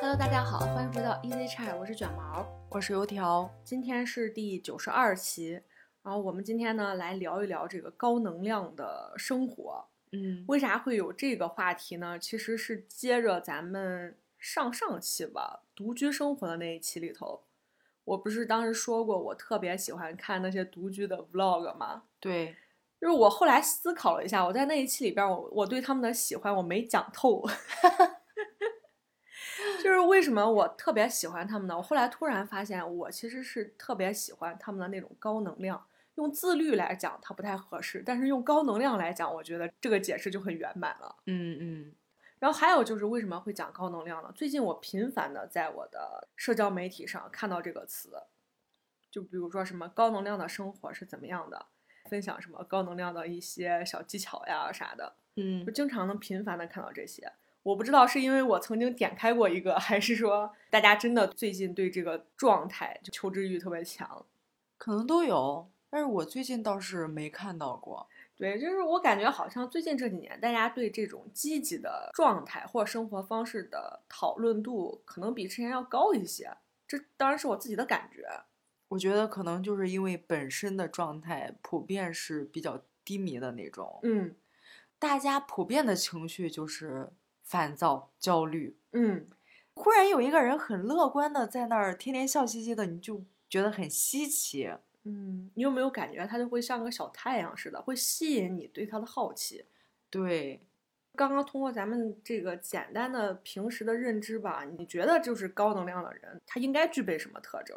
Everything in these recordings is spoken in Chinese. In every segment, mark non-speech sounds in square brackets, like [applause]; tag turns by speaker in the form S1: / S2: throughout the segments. S1: Hello，大家好，欢迎回到 Easy Chat，我是卷毛，
S2: 我是油条。
S1: 今天是第九十二期，然后我们今天呢来聊一聊这个高能量的生活。
S2: 嗯
S1: 为啥会有这个话题呢？其实是接着咱们上上期吧，独居生活的那一期里头，我不是当时说过我特别喜欢看那些独居的 vlog 吗？
S2: 对，
S1: 就是我后来思考了一下，我在那一期里边儿，我我对他们的喜欢我没讲透， [laughs] 就是为什么我特别喜欢他们呢？我后来突然发现，我其实是特别喜欢他们的那种高能量。用自律来讲，它不太合适，但是用高能量来讲，我觉得这个解释就很圆满了。
S2: 嗯嗯
S1: 然后还有就是为什么会讲高能量呢？最近我频繁的在我的社交媒体上看到这个词，就比如说什么高能量的生活是怎么样的，分享什么高能量的一些小技巧呀啥的，
S2: 嗯
S1: 就经常能频繁的看到这些。我不知道是因为我曾经点开过一个，还是说大家真的最近对这个状态就求知欲特别强。
S2: 可能都有，但是我最近倒是没看到过。
S1: 对，就是我感觉好像最近这几年，大家对这种积极的状态或者生活方式的讨论度，可能比之前要高一些。这当然是我自己的感觉。
S2: 我觉得可能就是因为本身的状态普遍是比较低迷的那种，
S1: 嗯
S2: 大家普遍的情绪就是烦躁、焦虑。
S1: 嗯，
S2: 忽然有一个人很乐观的在那儿天天笑嘻嘻的，你就觉得很稀奇。
S1: 嗯，你有没有感觉它就会像个小太阳似的，会吸引你对它的好奇？
S2: 对，
S1: 刚刚通过咱们这个简单的平时的认知吧，你觉得就是高能量的人，他应该具备什么特征？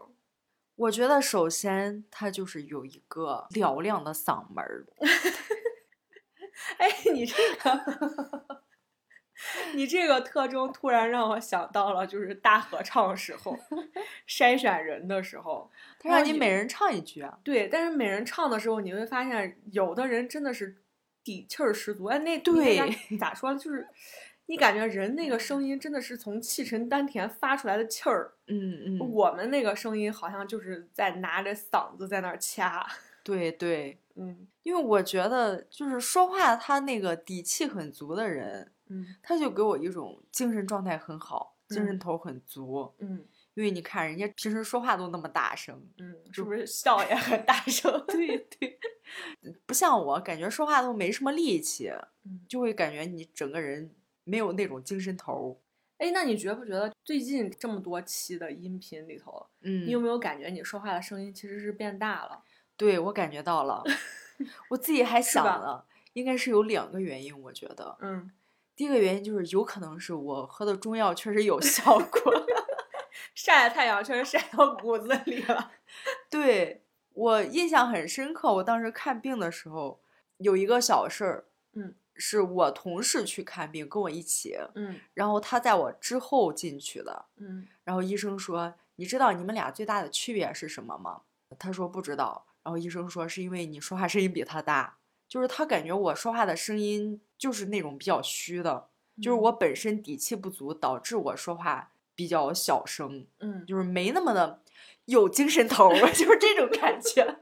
S2: 我觉得首先他就是有一个嘹亮的嗓门儿，
S1: [laughs] 哎，你这个， [laughs] 你这个特征突然让我想到了，就是大合唱时
S2: [laughs]
S1: 候筛选人的时候，
S2: 他
S1: 然后
S2: 让你
S1: 有
S2: 每人唱一句啊。
S1: 对，但是每人唱的时候，你会发现有的人真的是底气儿十足。哎，那
S2: 对，
S1: 那家咋说呢？就是你感觉人那个声音真的是从气沉丹田发出来的气儿，
S2: 嗯嗯，
S1: 我们那个声音好像就是在拿着嗓子在那儿掐。
S2: 对对，
S1: 嗯
S2: 因为我觉得就是说话他那个底气很足的人，
S1: 嗯
S2: 他就给我一种精神状态很好，精神
S1: 嗯
S2: 头儿很足。
S1: 嗯
S2: 因为你看人家平时说话都那么大声，
S1: 嗯，是不是笑也很大声？ [laughs]
S2: 对对，不像我感觉说话都没什么力气，
S1: 嗯。
S2: 就会感觉你整个人没有那种精神头儿。
S1: 哎，那你觉不觉得最近这么多期的音频里头，
S2: 嗯
S1: 你有没有感觉你说话的声音其实是变大了？
S2: 对我感觉
S1: [laughs]
S2: 到了，我自己还想
S1: 吧
S2: 了，应该是有两个原因，我觉得，
S1: 嗯，
S2: 第一个原因就是有可能是我喝的中药确实有效果，
S1: [laughs] 晒太阳确实晒到骨子里
S2: [laughs]
S1: 了。
S2: 对我印象很深刻。我当时看病的时候有一个小事儿，
S1: 嗯，
S2: 是我同事去看病跟我一起，
S1: 嗯
S2: 然后他在我之后进去的，
S1: 嗯
S2: 然后医生说：“你知道你们俩最大的区别是什么吗？”他说不知道，然后医生说是因为你说话声音比他大，就是他感觉我说话的声音就是那种比较虚的。
S1: 嗯
S2: 就是我本身底气不足，导致我说话比较小声，
S1: 嗯
S2: 就是没那么的有精神头儿， [laughs] 就是这种感觉。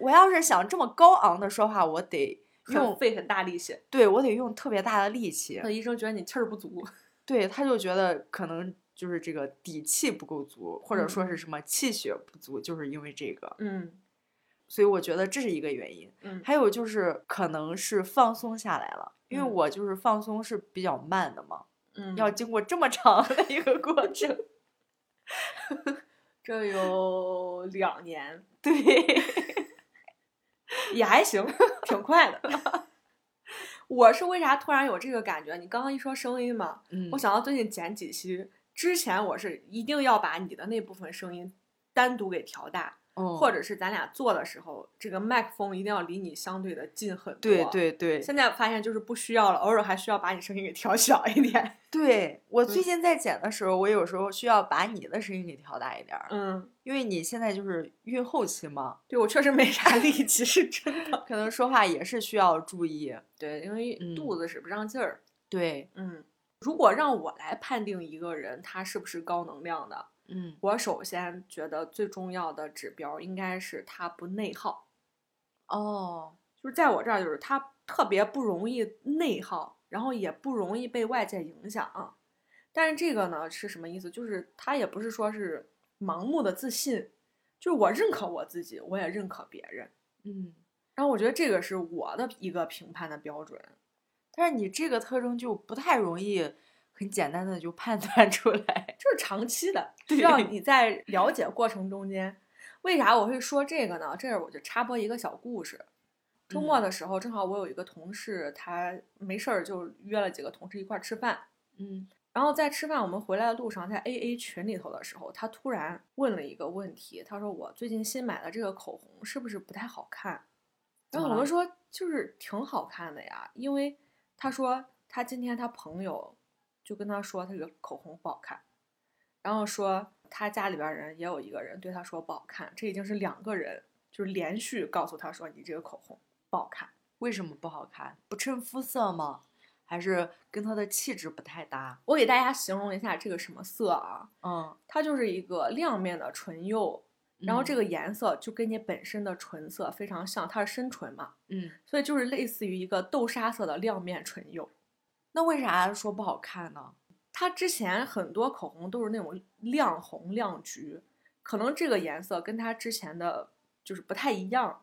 S2: 我要是想这么高昂的说话，我得
S1: 用
S2: [laughs] 用，
S1: 费很大力气，
S2: 对我得用特别大的力气
S1: 那。医生觉得你气儿不足。
S2: 对，他就觉得可能就是这个底气不够足，或者说
S1: 嗯
S2: 是什么气血不足，就是因为这个。
S1: 嗯
S2: 所以我觉得这是一个原因。
S1: 嗯
S2: 还有就是可能是放松下来了，因为
S1: 嗯
S2: 我就是放松是比较慢的嘛，
S1: 嗯，
S2: 要经过这么长的一个过程。
S1: 这有两年，
S2: 对，
S1: [laughs] 也还行，挺快的。 [laughs] 我是为啥突然有这个感觉？你刚刚一说声音嘛，
S2: 嗯
S1: 我想到最近剪几期之前，我是一定要把你的那部分声音单独给调大，或
S2: 者
S1: 者是咱俩做的时候，这个麦克风一定要离你相对的近很多。
S2: 对。对对
S1: 现在发现就是不需要了，偶尔还需要把你声音给调小一点。
S2: 对，我最
S1: 嗯
S2: 近在剪的时候，我有时候需要把你的声音给调大一点儿，
S1: 嗯，
S2: 因为你现在就是孕后期嘛，
S1: 对我确实没啥力气，是真的。
S2: 可能说话也是需要注意。
S1: [laughs] 对，因为
S2: 嗯
S1: 肚子使不上劲儿。
S2: 对，
S1: 嗯，如果让我来判定一个人他是不是高能量的，
S2: 嗯，
S1: 我首先觉得最重要的指标应该是他不内耗。
S2: 哦，
S1: 就是在我这儿，就是他特别不容易内耗，然后也不容易被外界影响。啊但是这个呢是什么意思？就是他也不是说是盲目的自信，就是我认可我自己，我也认可别人。
S2: 嗯，
S1: 然后我觉得这个是我的一个评判的标准。
S2: 但是你这个特征就不太容易，很简单的就判断出来。 [laughs]
S1: 这是长期的，
S2: 对
S1: 需要你在了解过程中间。为啥我会说这个呢？这儿我就插播一个小故事。周末的时候，正好我有一个同事，他没事儿就约了几个同事一块儿吃饭。
S2: 嗯
S1: 然后在吃饭我们回来的路上，在 A A 群里头的时候，他突然问了一个问题，他说：“我最近新买的这个口红是不是不太好看？”
S2: 怎
S1: 然后
S2: 么
S1: 我们
S2: 了
S1: 说：“就是挺好看的呀。”因为他说他今天他朋友就跟他说他这个口红不好看，然后说他家里边人也有一个人对他说不好看，这已经是两个人就是连续告诉他说你这个口红不好看。
S2: 为什么不好看？不衬肤色吗？还是跟他的气质不太搭？
S1: 我给大家形容一下这个什么色啊？
S2: 嗯，
S1: 它就是一个亮面的唇釉，然后这
S2: 个
S1: 个颜色就跟你本身的唇色非常像，它是深唇嘛，
S2: 嗯，
S1: 所以就是类似于一个豆沙色的亮面唇釉。
S2: 那为啥说不好看呢？
S1: 它之前很多口红都是那种亮红亮橘，可能这个颜色跟它之前的就是不太一样。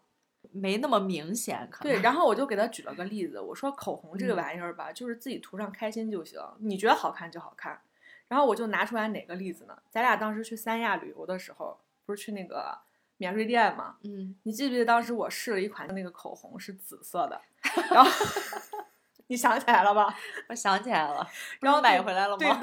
S2: 没那么明显，可能
S1: 对，然后我就给他举了个例子，我说口红这个
S2: 嗯
S1: 玩意儿吧，就是自己涂上开心就行，你觉得好看就好看。然后我就拿出来哪个例子呢？咱俩当时去三亚旅游的时候，不是去那个免税店吗？
S2: 嗯，
S1: 你记不记得当时我试了一款那个口红是紫色的，然后 [laughs] 你想起来了吧？
S2: 我想起来了，
S1: [laughs] 然后
S2: 不是买
S1: 对
S2: 回来了
S1: 对
S2: 吗？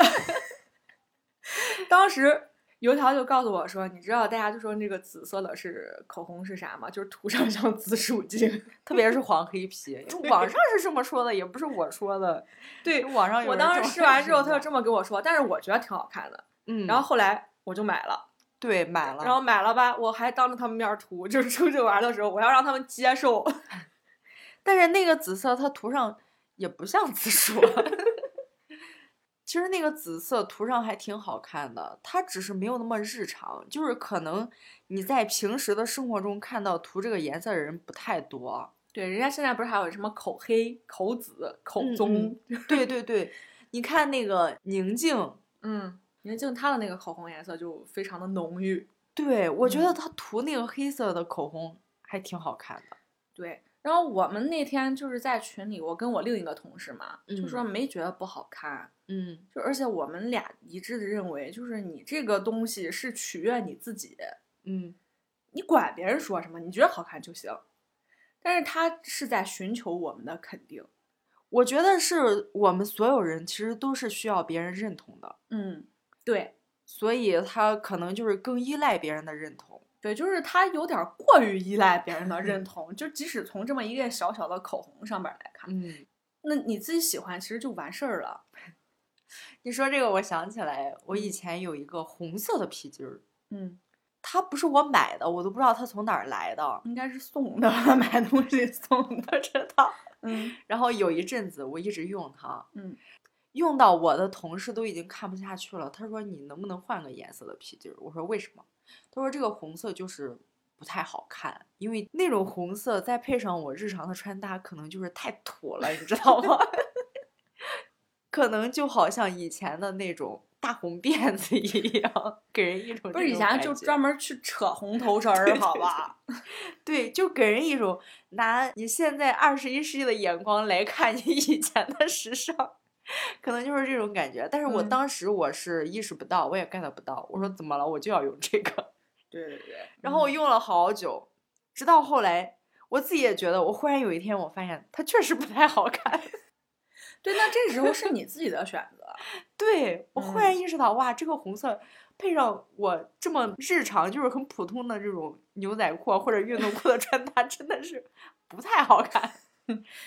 S1: [laughs] 当时油条就告诉我说，你知道大家就说那个紫色的是口红是啥吗？就是涂上像紫薯精。 [laughs]
S2: [laughs] 特别是黄黑皮，就网上是这么说的，也不是我说的。
S1: 对
S2: 就网上有
S1: 我
S2: 人
S1: 当
S2: 这
S1: 时
S2: 么
S1: 试完之后，
S2: 说
S1: 他就
S2: 的
S1: 这么跟我说，但是我觉得挺好看的。
S2: 嗯，
S1: 然后后来我就买了，
S2: 对买了，
S1: 然后买了吧，我还当着他们面儿涂，就是出去玩儿的时候，我要让他们接受。
S2: 但是那个紫色它涂上也不像紫薯。 [laughs] 其实那个紫色涂上还挺好看的，它只是没有那么日常，就是可能你在平时的生活中看到涂这个颜色的人不太多。
S1: 对，人家现在不是还有什么口黑、口紫、口
S2: 嗯
S1: 棕？
S2: 对对对，你看那个宁静，
S1: 嗯，宁静她的那个口红颜色就非常的浓郁。
S2: 对我觉得
S1: 嗯
S2: 她涂那个黑色的口红还挺好看的。
S1: 对，然后我们那天就是在群里，我跟我另一个同事嘛，就
S2: 嗯
S1: 说没觉得不好看，
S2: 嗯，
S1: 就而且我们俩一致的认为，就是你这个东西是取悦你自己，
S2: 嗯，
S1: 你管别人说什么，你觉得好看就行。但是他是在寻求我们的肯定，
S2: 我觉得是我们所有人其实都是需要别人认同的，
S1: 嗯，对
S2: 所以他可能就是更依赖别人的认同。
S1: 对，就是他有点儿过于依赖别人的认同，就即使从这么一个小小的口红上面来看，
S2: 嗯，
S1: 那你自己喜欢其实就完事儿了，
S2: 你说这个，我想起来，我以
S1: 嗯
S2: 前有一个红色的皮筋儿，
S1: 嗯，
S2: 它不是我买的，我都不知道它从哪儿来的， [laughs]
S1: 应该是送的， [laughs] 买东西送的，
S2: 不知道。
S1: 嗯
S2: 然后有一阵子我一直用它，
S1: 嗯。
S2: 用到我的同事都已经看不下去了。他说：“你能不能换个颜色的皮筋儿？”我说：“为什么？”他说：“这个红色就是不太好看，因为那种红色再配上我日常的穿搭，可能就是太土了，你知道吗？ [laughs] 可能就好像以前的那种大红辫子一样，给人一种
S1: 不是以
S2: 这种
S1: 前
S2: 感
S1: 就
S2: 觉
S1: 专门去扯红头绳儿，好 [laughs] 吧？
S2: 对，就给人一种拿你现在二十一世纪的眼光来看你以前的时尚， [laughs] 可能就是这种感觉。但是我
S1: 嗯
S2: 当时我是意识不到，我也 get 不到，我说怎么了，我就要用这个。
S1: 对对对。
S2: 然后我
S1: 嗯
S2: 用了好久，直到后来我自己也觉得，我忽然有一天我发现它确实不太好看。
S1: 对，那这时候是你自己的选 [laughs] 择。
S2: 对我忽然意识到，哇，这个红色配上我这么日常就是很普通的这种牛仔裤啊或者运动裤的穿搭，真的是不太好看。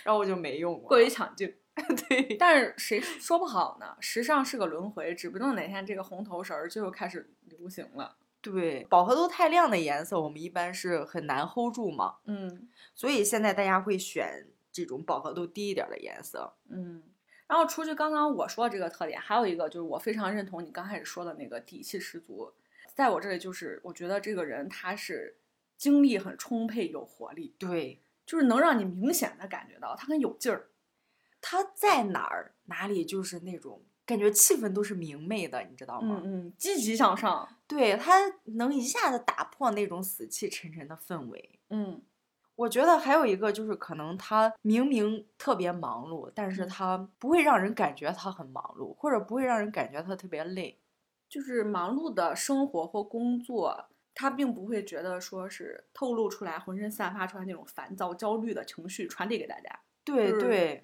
S2: 然后我就没用过
S1: 过于
S2: 了。
S1: 抢镜。 [laughs]
S2: 对，
S1: 但是谁说不好呢？时尚是个轮回，指不定哪天这个红头绳儿就又开始流行了。
S2: 对，饱和度太亮的颜色，我们一般是很难 hold 住嘛，
S1: 嗯
S2: 所以现在大家会选这种饱和度低一点儿的颜色。
S1: 嗯。然后除去刚刚我说的这个特点，还有一个就是我非常认同你刚开始说的那个底气十足，在我这里就是我觉得这个人他是精力很充沛，有活力，
S2: 对，
S1: 就是能让你明显的感觉到他很有劲儿。
S2: 它在哪儿，哪里就是那种感觉气氛都是明媚的，你知道吗？
S1: 嗯嗯，积极向上，
S2: 对他能一下子打破那种死气沉沉的氛围。
S1: 嗯
S2: 我觉得还有一个就是，可能他明明特别忙碌，但是
S1: 嗯
S2: 他不会让人感觉他很忙碌，或者不会让人感觉他特别累。
S1: 就是忙碌的生活或工作，他并不会觉得说是透露出来，浑身散发出来那种烦躁、焦虑的情绪传递给大家。
S2: 对
S1: 就是
S2: 对，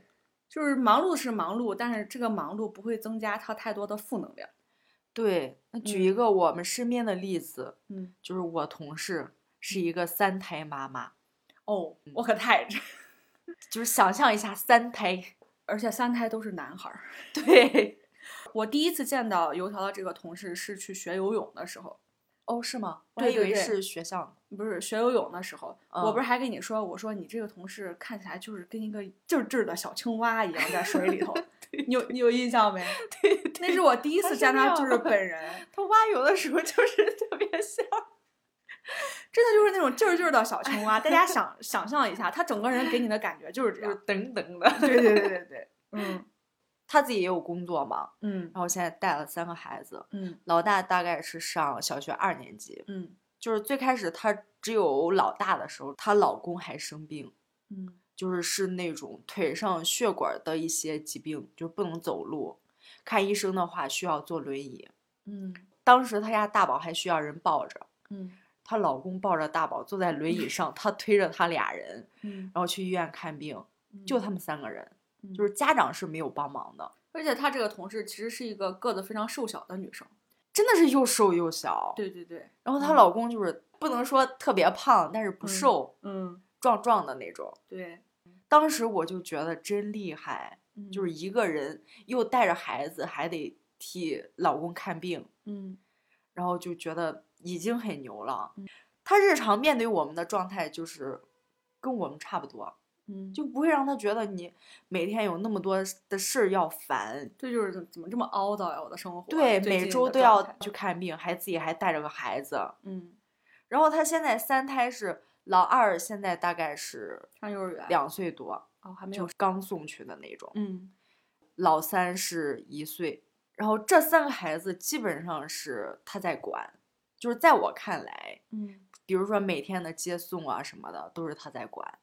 S1: 就是忙碌是忙碌，但是这个忙碌不会增加他太多的负能量。
S2: 对，那举一个我们身边的例子，
S1: 嗯，
S2: 就是我同事是一个三胎妈妈，
S1: 哦，我可太，
S2: 就是想象一下三胎，
S1: [laughs] 而且三胎都是男孩儿。
S2: 对，
S1: [laughs] 我第一次见到油条的这个同事是去学游泳的时候，
S2: 哦，是吗？我还
S1: 对
S2: 以
S1: 对
S2: 为
S1: 对
S2: 是学校呢。
S1: 不是学游泳的时候，我
S2: 嗯
S1: 不是还跟你说，我说你这个同事看起来就是跟一个劲儿劲儿的小青蛙一样在水里 [laughs] 头，你有你有印象没？
S2: 对
S1: 那是我第一
S2: 他
S1: 次
S2: 是
S1: 见
S2: 那
S1: 他，
S2: 样
S1: 就是
S2: 的
S1: 本人，
S2: 他蛙泳的时候就是 [laughs] 特别像，
S1: 真的就是那种劲儿劲儿的小青蛙。大家 [laughs] 想想象一下，他整个人给你的感觉就是这
S2: 就是
S1: 样。
S2: 噔噔的。
S1: [laughs] 对对对对 [laughs] 对，嗯
S2: [laughs] 他自己也有工作嘛，
S1: 嗯
S2: 然后现在带了三个孩子，
S1: 嗯
S2: 老大大概是上小学二年级，
S1: 嗯
S2: 就是最开始她只有老大的时候，她老公还生病，
S1: 嗯，
S2: 就是是那种腿上血管儿的一些疾病，就不能走路，看医生的话需要坐轮椅。
S1: 嗯
S2: 当时她家大宝还需要人抱着，
S1: 嗯
S2: 她老公抱着大宝坐在
S1: [laughs]
S2: 轮椅上，她推着他俩人，
S1: 嗯，
S2: 然后去医院看病，就他们三个人，
S1: 嗯，
S2: 就是家长是没有帮忙的，
S1: 而且他这个同事其实是一个个子非常瘦小的女生。
S2: 真的是又瘦又小。
S1: 对对对，
S2: 然后
S1: 嗯
S2: 她老公就是不能说特别胖，但是
S1: 嗯
S2: 不瘦，
S1: 嗯，
S2: 壮壮的那种。
S1: 对，
S2: 当时我就觉得真厉害，
S1: 嗯
S2: 就是一个人又带着孩子，还得替老公看病，
S1: 嗯
S2: 然后就觉得已经很牛了
S1: 嗯。
S2: 她日常面对我们的状态就是跟我们差不多，
S1: 嗯，
S2: 就不会让她觉得你每天有那么多的事儿要烦。
S1: 这就是怎怎么这么凹叨呀？我的生活，
S2: 对，
S1: 最
S2: 每
S1: 近
S2: 周
S1: 的
S2: 都
S1: 状
S2: 要
S1: 态
S2: 去看病，还自己还带着个孩子。
S1: 嗯，
S2: 然后她现在三胎是老二，现在大概是
S1: 上幼儿园，
S2: 两岁多，
S1: 哦还没有
S2: 就，是刚送去的那种。
S1: 嗯
S2: 老三是一岁，然后这三个孩子基本上是他在管，就是在我看来，
S1: 嗯
S2: 比如说每天的接送啊什么的都是他在管，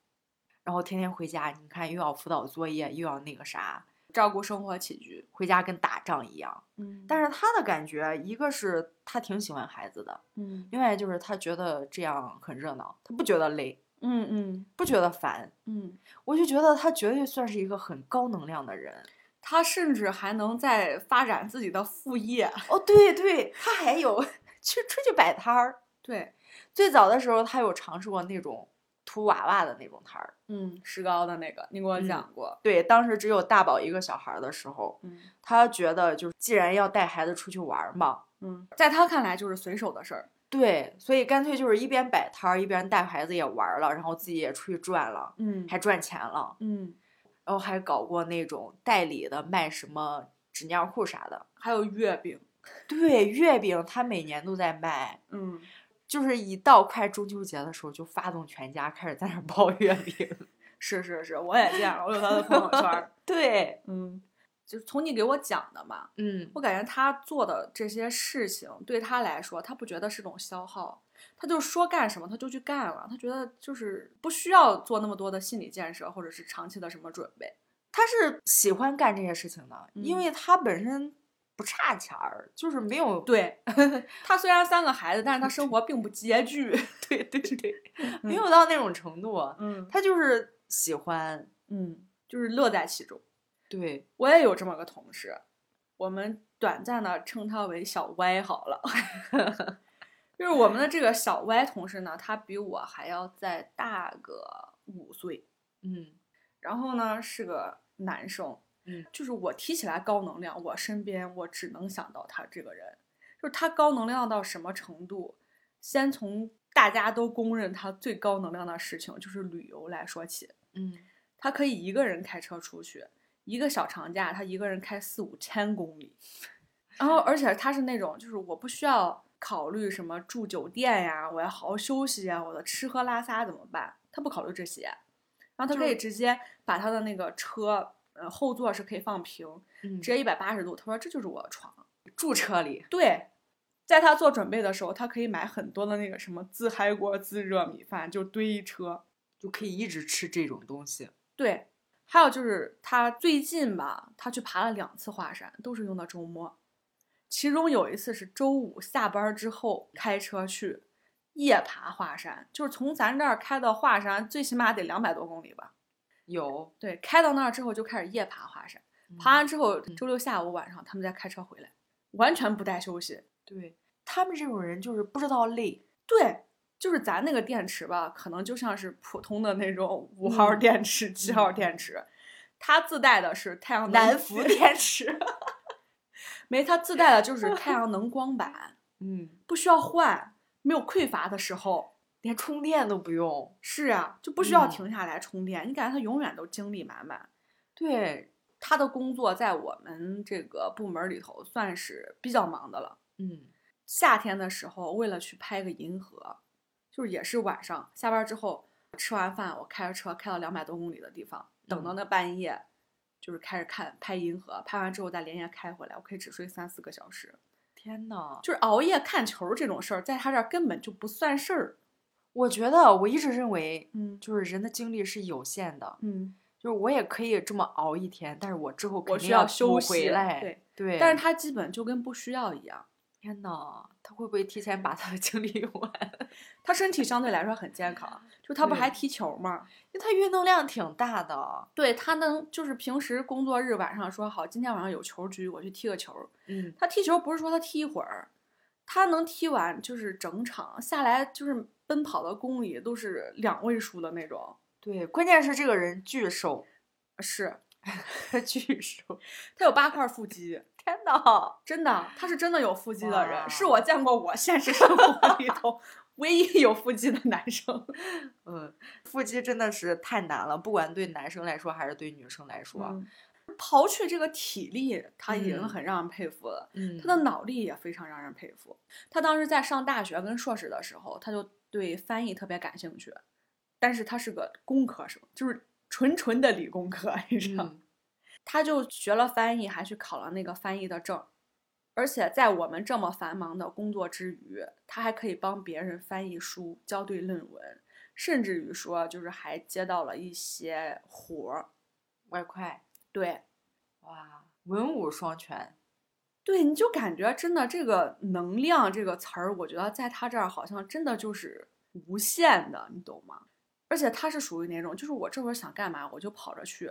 S2: 然后天天回家，你看又要辅导作业，又要那个啥，
S1: 照顾生活起居，
S2: 回家跟打仗一样。
S1: 嗯
S2: 但
S1: 是
S2: 是他的感觉，一个是他挺喜欢孩子的，
S1: 嗯
S2: 另外就是他觉得这样很热闹，他不觉得累，
S1: 嗯嗯
S2: 不觉得烦。
S1: 嗯，
S2: 我就觉得他绝对算是一个很高能量的人。
S1: 他甚至还能在发展自己的副业，
S2: 哦，对对，他还有 [laughs] 去出去摆摊儿。
S1: 对，
S2: 最早的时候，他有尝试过那种涂娃娃的那种摊儿。
S1: 嗯，石膏的那个，你给我
S2: 嗯
S1: 讲过，
S2: 对，当时只有大宝一个小孩儿的时候，
S1: 嗯
S2: 他觉得就是既然要带孩子出去玩儿嘛，
S1: 嗯，在他看来就是随手的事儿，
S2: 对，所以干脆就是一边摆摊儿，一边带孩子也玩儿了，然后自己也出去转了，
S1: 嗯
S2: 还赚钱了，
S1: 嗯，
S2: 然后还搞过那种代理的卖什么纸尿裤啥的。
S1: 还有月饼，
S2: 对，月饼他每年都在卖。
S1: 嗯，
S2: 就是一到快中秋节的时候，就发动全家开始在那儿 [laughs] 包月饼。
S1: 是是是，我也见了，我有他的朋友圈 [laughs] 儿，
S2: 对，
S1: 嗯，就是从你给我讲的嘛，
S2: 嗯，
S1: 我感觉他做的这些事情对他来说，他不觉得是种消耗，他就是说干什么他就去干了，他觉得就是不需要做那么多的心理建设或者是长期的什么准备。
S2: 他是喜欢干这些事情的，
S1: 嗯
S2: 因为他本身不差钱儿，就是没有
S1: 对 [laughs] 他虽然三个孩子，但是他生活并不拮据。 [laughs]
S2: 对对对，
S1: 嗯
S2: 没有到那种程度，啊
S1: 嗯
S2: 他就是喜欢。
S1: 嗯，就是乐在其中。
S2: 对，
S1: 我也有这么个同事，我们短暂的称他为小歪好了。 [laughs] 就是我们的这个小歪同事呢，他比我还要再大个五岁。
S2: 嗯
S1: 然后呢是个男生，
S2: 嗯，
S1: 就是我提起来高能量，我身边我只能想到他这个人，就是他高能量到什么程度？先从大家都公认他最高能量的事情就是旅游来说起，
S2: 嗯，
S1: 他可以一个人开车出去，一个小长假他一个人开四五千公里， [laughs] 然后而且他是那种就是我不需要考虑什么住酒店呀，我要好好休息呀，我的吃喝拉撒怎么办？他不考虑这些，然后他
S2: 就
S1: 可以
S2: 是
S1: 直接把他的那个车呃，后座是可以放平，
S2: 嗯
S1: 直接一百八十度。他说这就是我的床。
S2: 住车里，
S1: 对，在他做准备的时候，他可以买很多的那个什么自嗨锅、自热米饭，就堆一车。
S2: 就可以一直吃这种东西。
S1: 对，还有就是他最近吧，他去爬了两次华山，都是用的周末。其中有一次是周五下班之后开车去夜爬华山，就是从咱这儿开到华山，最起码得两百多公里吧。
S2: 有
S1: 对，开到那儿之后就开始夜爬华山，
S2: 嗯
S1: 爬完之后周六下午晚上他们再开车回来，完全不带休息。
S2: 对他们这种人就是不知道累，
S1: 对，就是咱那个电池吧，可能就像是普通的那种五号
S2: 嗯
S1: 电池、七号
S2: 嗯
S1: 电池，它自带的是太阳能
S2: 南孚电池。
S1: [laughs] 没，它自带的就是太阳能光板，
S2: 嗯，
S1: 不需要换，没有匮乏的时候。
S2: 连充电都不用。
S1: 是啊，就不需要
S2: 嗯
S1: 停下来充电，你感觉他永远都精力满满。
S2: 对，
S1: 他的工作在我们这个部门里头算是比较忙的了。
S2: 嗯，
S1: 夏天的时候，为了去拍个银河，就是也是晚上下班之后吃完饭，我开着车开到两百多公里的地方，等到
S2: 嗯
S1: 那半夜，就是开始看拍银河，拍完之后再连夜开回来，我可以只睡三四个小时。
S2: 天呐，
S1: 就是熬夜看球儿这种事儿，在他这儿根本就不算事儿。
S2: 我觉得我一直认为，
S1: 嗯
S2: 就是人的精力是有限的，
S1: 嗯，
S2: 就是我也可以这么熬一天，但是我之后肯
S1: 我
S2: 定
S1: 需要
S2: 补
S1: 休息
S2: 回来。
S1: 对
S2: 对，
S1: 但是他基本就跟不需要一样。
S2: 天呐，他会不会提前把他的 [laughs] 精力用完？
S1: 他身体相对来说很健 [laughs] 康，就他不
S2: 对
S1: 还踢球吗？
S2: 因为他运动量挺大的。
S1: 对他能就是平时工作日晚上说好，今天晚上有球局，我去踢个球儿。
S2: 嗯，
S1: 他踢球不是说他踢一会儿，他能踢完就是整场下来，就是奔跑的公里都是两位数的那种。
S2: 对，关键是这个人巨瘦，
S1: 是 [laughs]
S2: 巨瘦。
S1: 他有八块腹肌，
S2: 天呐，
S1: 真的，他是真的有腹肌的人，是
S2: 哇哦
S1: 我见过我现实生活里头唯一有腹肌的男生。
S2: 嗯，腹肌真的是太难了，不管对男生来说还是对女生来
S1: 嗯
S2: 说，
S1: 刨去这个体力，他已经
S2: 嗯
S1: 很让人佩服了。
S2: 嗯，
S1: 他的脑力也非常让人佩服。他当时在上大学跟硕士的时候，他就对翻译特别感兴趣，但是他是个工科生，就是纯纯的理工科，你知道吗？
S2: 嗯
S1: 他就学了翻译，还去考了那个翻译的证，而且在我们这么繁忙的工作之余，他还可以帮别人翻译书、校对论文，甚至于说就是还接到了一些活儿。
S2: 外快，
S1: 对，
S2: 哇，文武双全。
S1: 对，你就感觉真的这个“能量”这个词儿，我觉得在他这儿好像真的就是无限的，你懂吗？而且他是属于哪种，就是我这会儿想干嘛，我就跑着去。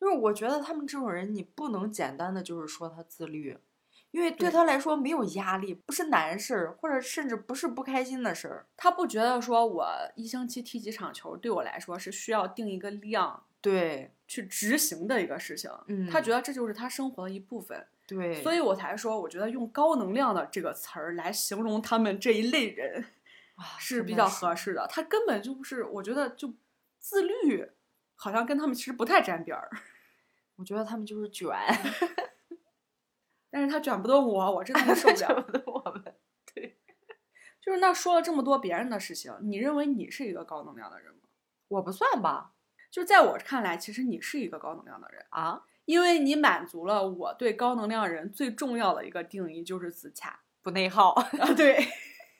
S2: 就是我觉得他们这种人，你不能简单的就是说他自律，因为对
S1: 对
S2: 他来说没有压力，不是难事儿，或者甚至不是不开心的事儿。
S1: 他不觉得说我一星期踢几场球对我来说是需要定一个量
S2: 对
S1: 去执行的一个事情，
S2: 嗯
S1: 他觉得这就是他生活的一部分，
S2: 对，
S1: 所以我才说，我觉得用“高能量”的这个词儿来形容他们这一类人
S2: 啊
S1: 是
S2: 真
S1: 比
S2: 的
S1: 较
S2: 是
S1: 合适的。他根本就不是，我觉得就自律，好像跟他们其实不太沾边儿。
S2: 我觉得他们就是卷， [laughs]
S1: 但是他卷不动我，我真的是受不
S2: [laughs]
S1: 了。
S2: 不动我们。
S1: 就是那说了这么多别人的事情，你认为你是一个高能量的人吗？
S2: 我不算吧？
S1: 就在我看来，其实你是一个高能量的人，
S2: 啊，
S1: 因为你满足了我对高能量人最重要的一个定义，就是自洽。
S2: 不内耗。
S1: 啊，对，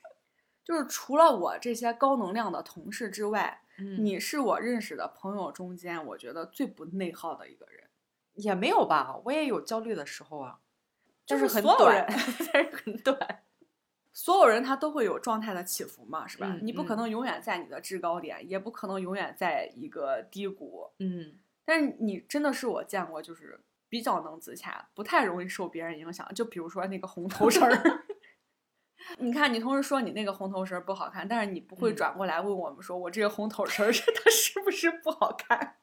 S1: [laughs] 就是除了我这些高能量的同事之外，
S2: [laughs] 嗯，
S1: 你是我认识的朋友中间，我觉得最不内耗的一个人。
S2: 也没有吧？我也有焦虑的时候啊，
S1: 就
S2: 但
S1: 是
S2: 是很
S1: 所有
S2: [laughs] 短，
S1: 人
S2: 但是很短。
S1: 所有人他都会有状态的起伏嘛，是吧？
S2: 嗯
S1: 你不可
S2: 嗯
S1: 能永远在你的制高点，也不可能永远在一个低谷。
S2: [laughs] 嗯，
S1: 但是你真的是我见过，就是比较能自洽，不太容易受别人影响。就比如说那个红头绳儿， [laughs] 你看你同事说你那个红头绳儿不好看，但是你不会
S2: 嗯
S1: 转过来问我们说，我这个红头绳儿 [laughs] 是它是不是不好看？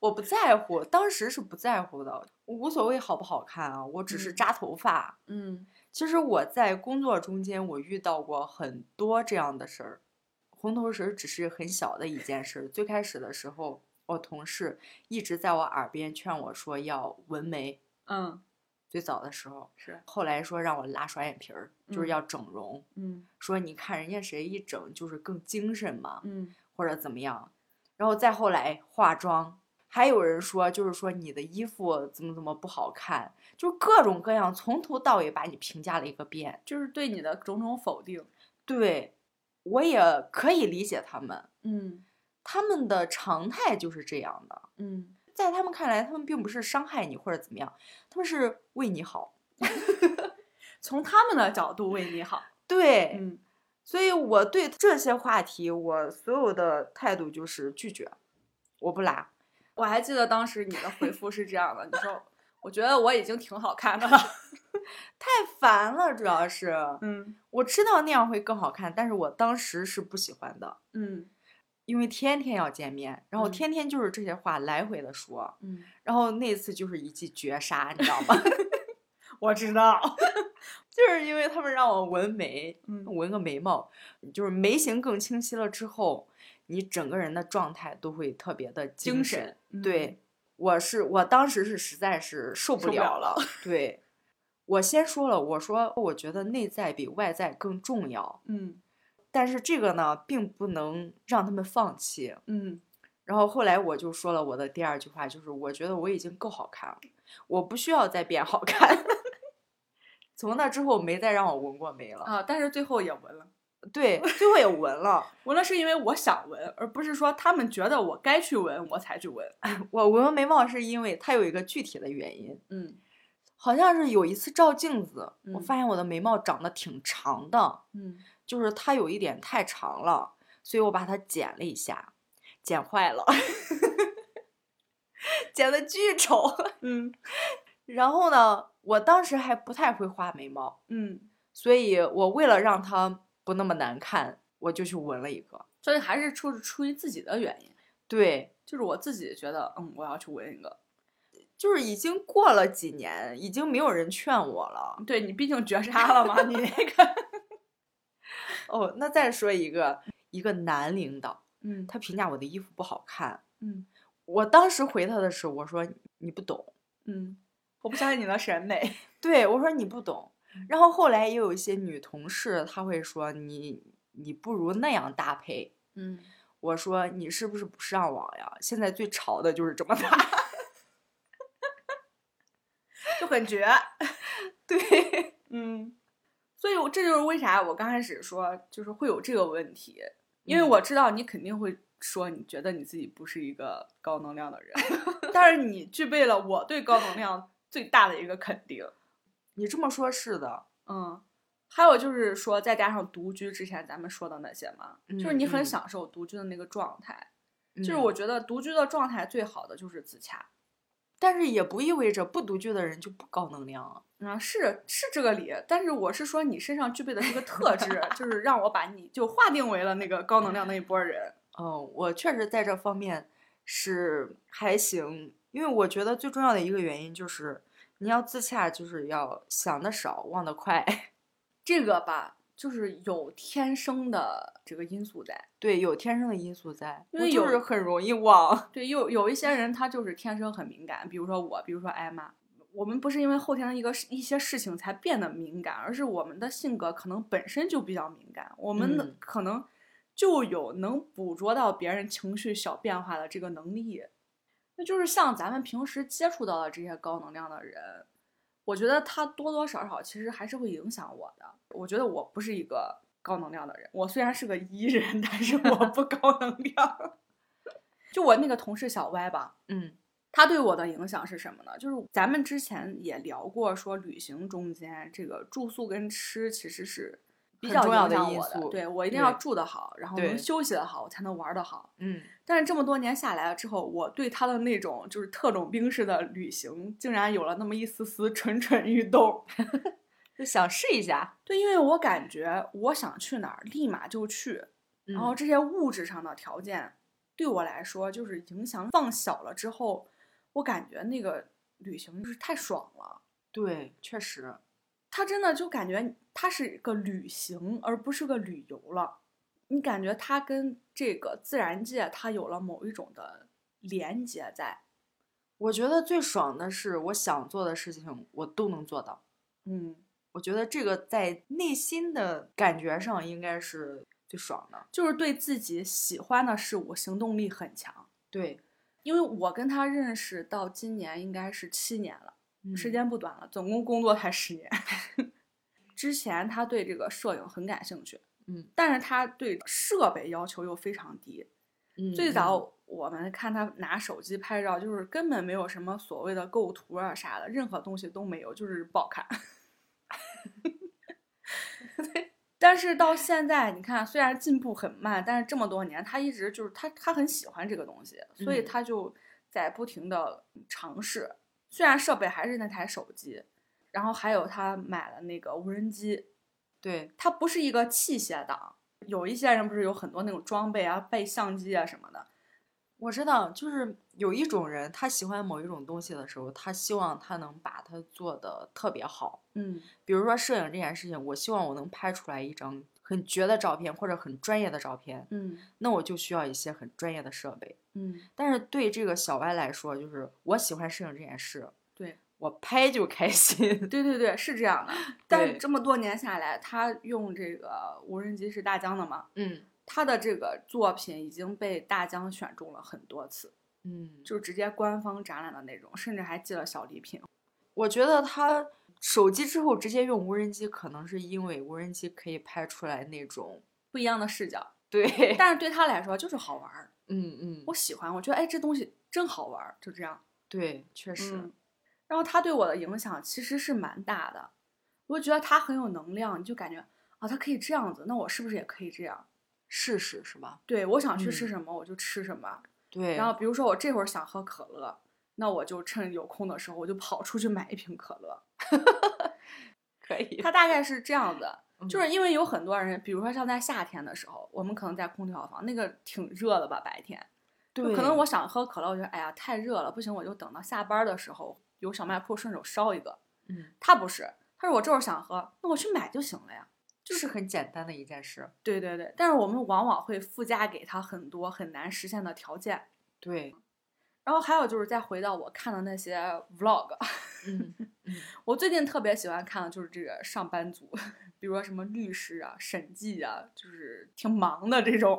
S2: 我不在乎，当时是不在乎的，我无所谓好不好看啊，我只是
S1: 嗯
S2: 扎头发。
S1: [laughs] 嗯，
S2: 其实我在工作中间，我遇到过很多这样的事儿。红头绳儿只是很小的一件事儿。最开始的时候，我同事一直在我耳边劝我说要纹眉。
S1: 嗯，
S2: 最早的时候，
S1: 是，
S2: 后来说让我拉双眼皮儿，就
S1: 嗯
S2: 是要整容。
S1: 嗯
S2: 说你看人家谁一整就是更精神嘛，
S1: 嗯
S2: 或者怎么样。然后再后来化妆，还有人说，就是说你的衣服怎么怎么不好看，就是各种各样，从头到尾把你评价了一个遍。
S1: 就是对你的种种否定。
S2: 对，我也可以理解他们，
S1: 嗯
S2: 他们的常态就是这样的。
S1: 嗯，
S2: 在他们看来，他们并不是伤害你或者怎么样，他们是为你好。
S1: 从他们的角度为你好。
S2: 对，
S1: 嗯
S2: 所以我对这些话题，我所有的态度就是拒绝，我不拉。
S1: 我还记得当时你的回复是这样的，你说我觉得我已经挺好看的 [laughs] 了。
S2: 太烦了，主要是
S1: 嗯
S2: 我知道那样会更好看，但是我当时是不喜欢的，
S1: 嗯
S2: 因为天天要见面，然后
S1: 嗯
S2: 天天就是这些话来回的说，
S1: 嗯，
S2: 然后那次就是一记绝杀，你知道吗？ [laughs]
S1: 我知道。
S2: 就是因为他们让我纹眉，
S1: 嗯
S2: 纹个眉毛，就是眉形更清晰了之后，你整个人的状态都会特别的
S1: 精
S2: 神。
S1: 神。嗯，
S2: 对，我是我当时是实在是受不
S1: 受不
S2: 了
S1: 了了
S2: 对，我先说了，我说我觉得内在比外在更重要，
S1: 嗯
S2: 但是这个呢，并不能让他们放弃。
S1: 嗯
S2: 然后后来我就说了我的第二句话，就是我觉得我已经够好看了，我不需要再变好看。 [laughs] 从那之后没再让我纹过眉了。
S1: 啊，但是最后也纹了。
S2: 对，最后也纹了。
S1: 纹了是因为我想纹，而不是说他们觉得我该去纹我才去纹。
S2: 我纹眉毛是因为它有一个具体的原因，
S1: 嗯
S2: 好像是有一次照镜子，我
S1: 嗯
S2: 发现我的眉毛长得挺长的，
S1: 嗯，
S2: 就是它有一点太长了，所以我把它剪了一下，剪坏了， [laughs] 剪的巨丑。
S1: [laughs]
S2: [laughs]
S1: 嗯
S2: 然后呢，我当时还不太会画眉毛，
S1: 嗯，
S2: 所以我为了让它不那么难看，我就去纹了一个。
S1: 所以还是出出于自己的原因，
S2: 对，
S1: 就是我自己觉得，嗯，我要去纹一个。
S2: 就是已经过了几年，已经没有人劝我了。 [laughs]
S1: 对你毕竟绝杀 [laughs] 了嘛，你那个，
S2: 哦，那再说一个，一个男领导，
S1: 嗯
S2: 他评价我的衣服不好看。
S1: 嗯
S2: 我当时回他的是，我说你不懂，
S1: 嗯，我不相信你的审美。
S2: 对我说你不懂。然后后来也有一些女同事，她会说你你不如那样搭配。
S1: 嗯， [laughs]
S2: 我说你是不是不上网呀？现在最潮的就是这么搭。
S1: 就很绝。
S2: 对，
S1: 嗯，所以我这就是为啥我刚开始说就是会有这个问题，因为
S2: 嗯
S1: 我知道你肯定会说你觉得你自己不是一个高能量的人，但是你具备了我对高能量最大的一个肯定。
S2: 你这么说，是的，
S1: 嗯，还有就是说再加上独居之前咱们说的那些嘛，就是你
S2: 嗯嗯
S1: 很享受独居的那个状态。就是
S2: 嗯
S1: 我，觉得独居的状态最好的就是自洽。
S2: 但是也不意味着不独居的人就不高能量啊。
S1: 啊，是是这个理，但是我是说你身上具备的这个特质，就是让我把你就划定为了那个高能量那一波人。
S2: 嗯，我确实在这方面是还行，因为我觉得最重要的一个原因就是你要自洽，就是要想得少，忘得快。 [laughs]
S1: 这个吧，就是有天生的这个因素在。
S2: 对，有天生的因素在，
S1: 因
S2: 我
S1: 为
S2: 就
S1: 有
S2: 是很容易忘。 [laughs]
S1: 对，有有一些人他就是天生很敏感，比如说我，比如说艾玛。我们不是因为后天的一个事一些事情才变得敏感，而是我们的性格可能本身就比较敏感，我们的
S2: 嗯
S1: 可能就有能捕捉到别人情绪小变化的这个能力。那就是像咱们平时接触到的这些高能量的人，我觉得他多多少少其实还是会影响我的。我觉得我不是一个高能量的人，我虽然是个 E 人，但是我不高能量。就我那个同事小歪吧，
S2: 嗯
S1: 他对我的影响是什么呢？就是咱们之前也聊过，说旅行中间这个住宿跟吃其实是比
S2: 很
S1: 较
S2: 重
S1: 影
S2: 要的
S1: 响
S2: 因
S1: 我的。
S2: 素
S1: 对我一定要
S2: 对
S1: 住得好，然后
S2: 对
S1: 能休息得好，我才能玩得好。
S2: 嗯，
S1: 但是这么多年下来了之后，我对他的那种就是特种兵式的旅行，竟然有了那么一丝丝蠢蠢欲动。 [laughs]
S2: 就想试一下。
S1: 对，因为我感觉我想去哪儿，立马就去。然
S2: 然
S1: 后
S2: 后
S1: 这些物质上的条件对我来说就是影响放小了之后，我感觉那个旅行就是太爽了。
S2: 对，确实，
S1: 它真的就感觉它是个旅行，而不是个旅游了。你感觉它跟这个自然界它有了某一种的连接在。
S2: 我觉得最爽的是我想做的事情我都能做到。
S1: 嗯，
S2: 我觉得这个在内心的感觉上应该是最爽的。
S1: 就是对自己喜欢的事物行动力很强。
S2: 对，
S1: 因为我跟他认识到今年应该是七年了，时
S2: 嗯
S1: 间不短了，总共工作才十年。 [laughs] 之前他对这个摄影很感兴趣，
S2: 嗯，
S1: 但是他对设备要求又非常低，
S2: 嗯
S1: 最
S2: 嗯
S1: 早我们看他拿手机拍照，就是根本没有什么所谓的构图啊啥的，任何东西都没有，就是不好看。 [laughs] 对，但是到现在，你看虽然进步很慢，但是这么多年，他一直就是他他很喜欢这个东西，所以
S2: 嗯
S1: 他就在不停的尝试。虽然设备还是那台手机，然后还有他买了那个无人机，
S2: 对，
S1: 它不是一个器械党。有一些人不是有很多那种装备啊，备相机啊什么的，
S2: 我知道，就是有一种人，他喜欢某一种东西的时候，他希望他能把它做的特别好。
S1: 嗯，
S2: 比如说摄影这件事情，我希望我能拍出来一张很绝的照片或者很专业的照片，
S1: 嗯
S2: 那我就需要一些很专业的设备。
S1: 嗯，
S2: 但是对这个小歪来说，就是我喜欢摄影这件事，
S1: 对
S2: 我拍就开心。 [laughs]
S1: 对对对，是这样的。 [laughs] 但是
S2: 对
S1: 这么多年下来，他用这个无人机是大疆的嘛？
S2: 嗯
S1: 他的这个作品已经被大疆选中了很多次，
S2: 嗯，
S1: 就直接官方展览的那种，甚至还寄了小礼品。
S2: 我觉得他手机之后直接用无人机，可能是因为无人机可以拍出来那种
S1: 不一样的视角，
S2: 对，
S1: 但是对他来说就是好玩儿，
S2: 嗯嗯，
S1: 我喜欢，我觉得哎这东西真好玩儿，就这样。
S2: 对，确实，
S1: 嗯，然后他对我的影响其实是蛮大的，我就觉得他很有能量，你就感觉啊他可以这样子，那我是不是也可以这样？
S2: 试试是吧？
S1: 对我想去吃
S2: 嗯
S1: 什么我就吃什么，
S2: 对，
S1: 然后比如说我这会儿想喝可乐，那我就趁有空的时候，我就跑出去买一瓶可乐。
S2: 可以，
S1: 它大概是这样的，就
S2: 嗯
S1: 是因为有很多人，比如说像在夏天的时候，我们可能在空调房，那个挺热的吧，白天。就
S2: 对，
S1: 可能我想喝可乐，我觉得哎呀太热了，不行，我就等到下班的时候有小卖铺顺手烧一个。
S2: 嗯，
S1: 他不是，他说我这会儿想喝，那我去买就行了呀。
S2: 就是很简单的一件事，
S1: 对对对，但是我们往往会附加给他很多很难实现的条件。
S2: 对，
S1: 然后还有就是再回到我看的那些 vlog， [laughs]
S2: 嗯嗯
S1: 我最近特别喜欢看的就是这个上班族， [laughs] 比如说什么律师啊、审计啊，就是挺忙的这种。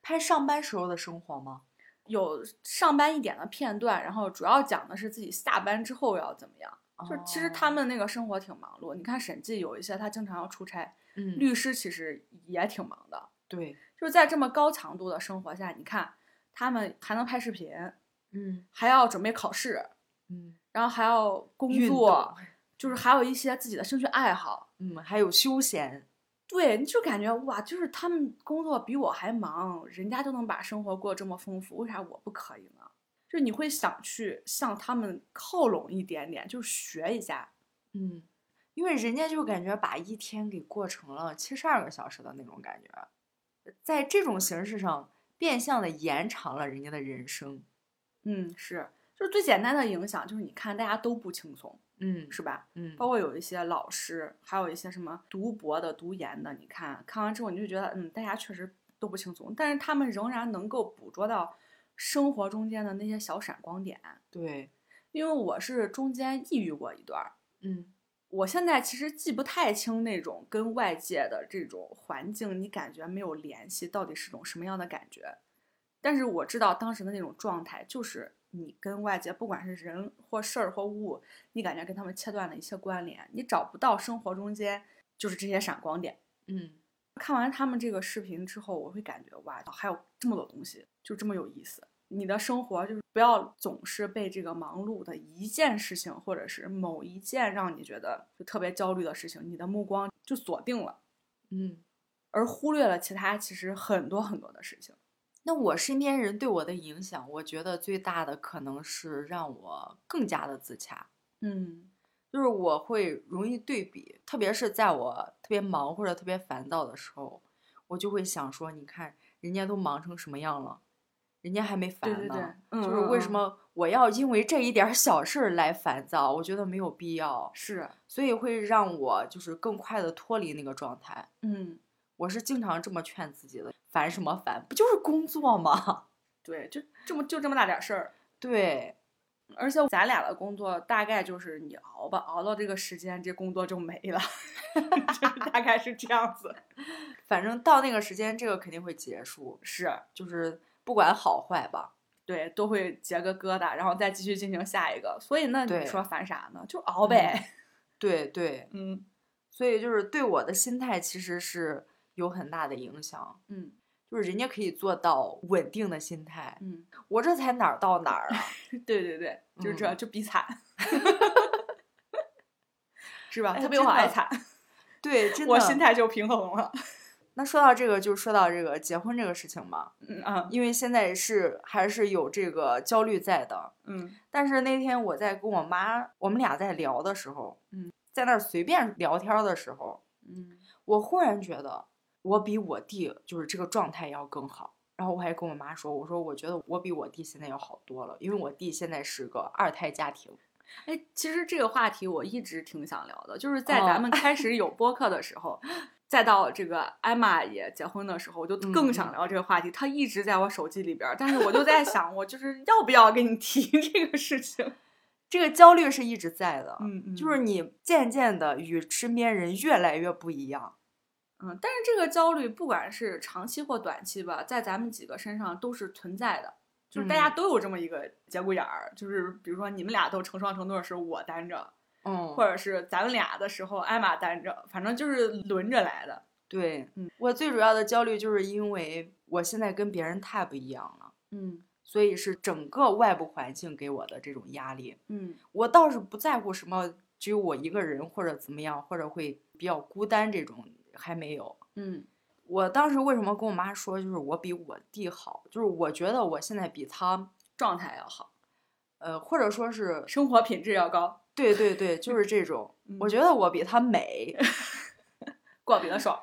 S2: 拍上班时候的生活吗？
S1: 有上班一点的片段，然后主要讲的是自己下班之后要怎么样。就是其实他
S2: 哦，
S1: 们那个生活挺忙碌，你看审计有一些他经常要出差，
S2: 嗯，
S1: 律师其实也挺忙的。
S2: 对，
S1: 就是在这么高强度的生活下，你看他们还能拍视频，
S2: 嗯
S1: 还要准备考试，
S2: 嗯，
S1: 然后还要工
S2: 运
S1: 作
S2: 动，
S1: 就是还有一些自己的兴趣爱好。
S2: 嗯，还有休闲，
S1: 对，你就感觉哇，就是他们工作比我还忙，人家都能把生活过得这么丰富，为啥我不可以呢？就是你会想去向他们靠拢一点点，就是学一下。
S2: 嗯，因为人家就感觉把一天给过成了七十二个小时的那种感觉，在这种形式上变相的延长了人家的人生，
S1: 嗯，是，就是最简单的影响，就是你看大家都不轻松，
S2: 嗯
S1: 是吧？
S2: 嗯，
S1: 包括有一些老师，还有一些什么读博的、读研的，你看看完之后，你就觉得，嗯，大家确实都不轻松，但是他们仍然能够捕捉到生活中间的那些小闪光点。
S2: 对，
S1: 因为我是中间抑郁过一段儿，
S2: 嗯
S1: 我现在其实记不太清那种跟外界的这种环境，你感觉没有联系，到底是种什么样的感觉？但是我知道当时的那种状态，就是你跟外界，不管是人或事儿或物，你感觉跟他们切断了一切关联，你找不到生活中间就是这些闪光点。
S2: 嗯。
S1: 看完他们这个视频之后，我会感觉哇，还有这么多东西，就这么有意思。你的生活就是不要总是被这个忙碌的一件事情，或者是某一件让你觉得就特别焦虑的事情，你的目光就锁定了，
S2: 嗯
S1: 而忽略了其他其实很多很多的事情。
S2: 那我身边人对我的影响，我觉得最大的可能是让我更加的自洽，
S1: 嗯
S2: 就是我会容易对比，特别是在我特别忙或者特别烦躁的时候，我就会想说，你看人家都忙成什么样了，人家还没烦
S1: 对
S2: 呢，
S1: 对对
S2: 就是为什
S1: 嗯嗯嗯
S2: 么我要因为这一点儿小事儿来烦躁？我觉得没有必要，
S1: 是，
S2: 所以会让我就是更快的脱离那个状态。
S1: 嗯，
S2: 我是经常这么劝自己的，烦什么烦？不就是工作吗？ [laughs]
S1: 对，就这么就这么大点事儿。
S2: 对。
S1: 而且咱俩的工作大概就是你熬吧，熬到这个时间，这工作就没了， [laughs] 就是大概是这样子。
S2: 反正到那个时间，这个肯定会结束，
S1: 是，
S2: 就是不管好坏吧。
S1: 对，都会结个疙瘩，然后再继续进行下一个。所以那
S2: 对
S1: 你说烦啥呢？就熬呗。 [laughs]
S2: 对对，
S1: 嗯
S2: 所以就是对我的心态其实是有很大的影响，
S1: 嗯
S2: 就是人家可以做到稳定的心态，
S1: 嗯，
S2: 我这才哪儿到哪儿啊？
S1: [laughs] 对对对，就是这，
S2: 嗯
S1: 就比惨， [laughs] 是吧？
S2: 哎
S1: 特别我好
S2: 真的
S1: 爱惨，
S2: 对，真
S1: [laughs]
S2: 的。
S1: 我心。态就平衡了。 [laughs]
S2: 那说到这个，就说到这个结婚这个事情嘛，
S1: 嗯啊
S2: 因为现在是还是有这个焦虑在的。
S1: 嗯
S2: 但是那天我在跟我妈，我们俩在聊的时候，嗯，在那儿随便聊天儿的时候，
S1: 嗯
S2: 我忽然觉得我比我弟就是这个状态要更好。然后我还跟我妈说，我说我觉得我比我弟现在要好多了，因为我弟现在是个二胎家庭。
S1: 哎，其实这个话题我一直挺想聊的，就是在
S2: 哦
S1: 咱们开始有 [laughs] 播客的时候，再到这个艾玛也结婚的时候，我就更
S2: 嗯
S1: 想
S2: 嗯
S1: 聊这个话题。它一直在我手机里边儿，但是我就在想，我就是要不要跟你提 [laughs] 这个事情？
S2: 这个焦虑是一直在的，
S1: 嗯嗯，
S2: 就是你渐渐的与身边人越来越不一样。
S1: 嗯，但是这个焦虑不管是长期或短期吧，在咱们几个身上都是存在的。就是大家
S2: 嗯
S1: 都有这么一个节骨眼儿，就是比如说你们俩都成双成对儿时候我单着，
S2: 嗯
S1: 或者是咱们俩的时候艾玛单着，反正就是轮着来的。
S2: 对，
S1: 嗯
S2: 我最主要的焦虑就是因为我现在跟别人太不一样了，
S1: 嗯
S2: 所以是整个外部环境给我的这种压力。
S1: 嗯
S2: 我倒是不在乎什么只有我一个人或者怎么样，或者会比较孤单这种还没有。
S1: 嗯
S2: 我当时为什么跟我妈说，就是我比我弟好，就是我觉得我现在比他，
S1: 状态要好，
S2: 呃，或者说是
S1: 生活品质要高，
S2: 对对对，就是这种，我
S1: 嗯
S2: 觉得我比他美，
S1: 过比他爽。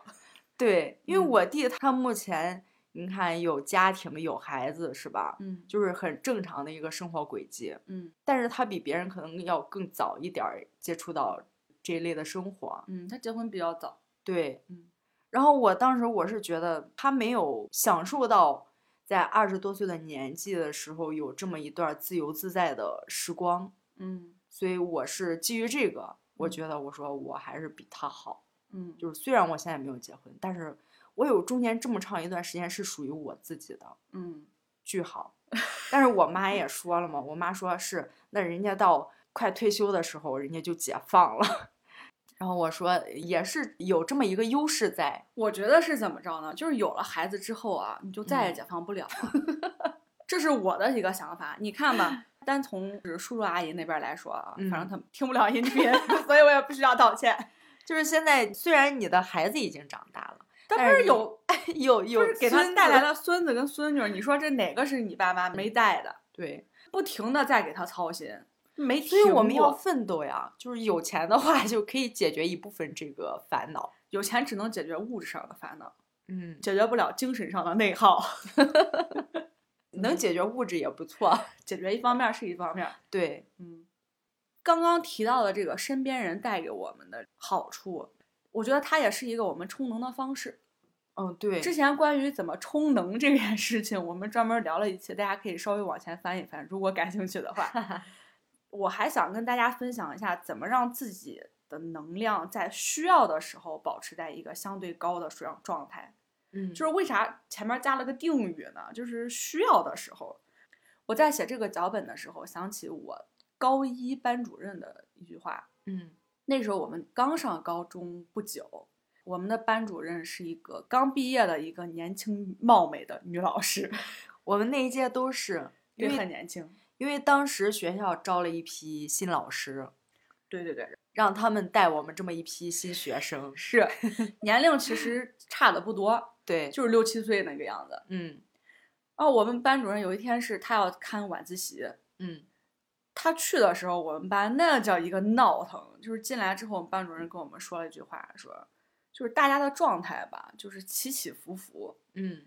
S2: 对，因为
S1: 嗯
S2: 我弟他目前你看有家庭有孩子是吧？
S1: 嗯
S2: 就是很正常的一个生活轨迹，
S1: 嗯
S2: 但是他比别人可能要更早一点儿接触到这一类的生活，
S1: 嗯，他结婚比较早。
S2: 对，
S1: 嗯
S2: 然后我当时我是觉得他没有享受到在二十多岁的年纪的时候有这么一段儿自由自在的时光，
S1: 嗯
S2: 所以我是基于这个，我
S1: 嗯
S2: 觉得我说我还是比他好，
S1: 嗯，
S2: 就是虽然我现在没有结婚，但是我有中间这么长一段时间是属于我自己的，
S1: 嗯
S2: 巨好。但是我妈也说了嘛，我妈说是，那人家到快退休的时候，人家就解放了。 [laughs] 然后我说也是有这么一个优势在，
S1: 我觉得是怎么着呢？就是有了孩子之后啊，你就再也
S2: 嗯
S1: 解放不了了 [laughs] 这是我的一个想法。你看吧，单从就是叔叔阿姨那边来说啊，反正
S2: 嗯
S1: 他们听不了音频， [laughs] 所以我也不需要道歉。
S2: 就是现在虽然你的孩子已经长大了， [laughs]
S1: 但
S2: 但
S1: 不
S2: 是
S1: 是
S2: 你
S1: 有，
S2: 有有
S1: 就是给他
S2: 孙
S1: 带
S2: 子嗯
S1: 来了孙子跟孙女儿，你说这哪个是你爸妈没带的？
S2: 对，
S1: 不停的在给他操心，没
S2: 所以我们
S1: 停
S2: 要
S1: 过
S2: 奋斗呀。就是有钱的话，就可以解决一部分这个烦恼。
S1: 有钱只能解决物质上的烦恼，
S2: 嗯，
S1: 解决不了精神上的内耗。 [laughs] 嗯
S2: 能解决物质也不错。 [laughs]
S1: 解决一方面是一方面，
S2: 对，
S1: 嗯，刚刚提到的这个身边人带给我们的好处，我觉得它也是一个我们充能的方式。
S2: 嗯，对，
S1: 之前关于怎么充能这件事情，我们专门聊了一期，大家可以稍微往前翻一翻，如果感兴趣的话。我还想跟大家分享一下，怎么让自己的能量在需要的时候保持在一个相对高的水氧状态。
S2: 嗯，
S1: 就是为啥前面加了个定语呢？就是需要的时候，我在写这个脚本的时候，想起我高一班主任的一句话。
S2: 嗯
S1: 那时候我们刚上高中不久，我们的班主任是一个刚毕业的一个年轻貌美的女老师，
S2: 我们那一届都是，因
S1: 对，
S2: 为
S1: 很年轻。
S2: 因为当时学校招了一批新老师，
S1: 对对对，
S2: 让他们带我们这么一批新学生。
S1: 是年龄其实差的不多，
S2: 对，
S1: 就是六七岁那个样子。
S2: 嗯
S1: 然后我们班主任有一天是他要看晚自习，
S2: 嗯
S1: 他去的时候，我们班那叫一个闹腾，就是进来之后，我们班主任跟我们说了一句话，说就是大家的状态吧，就是起起伏伏，
S2: 嗯，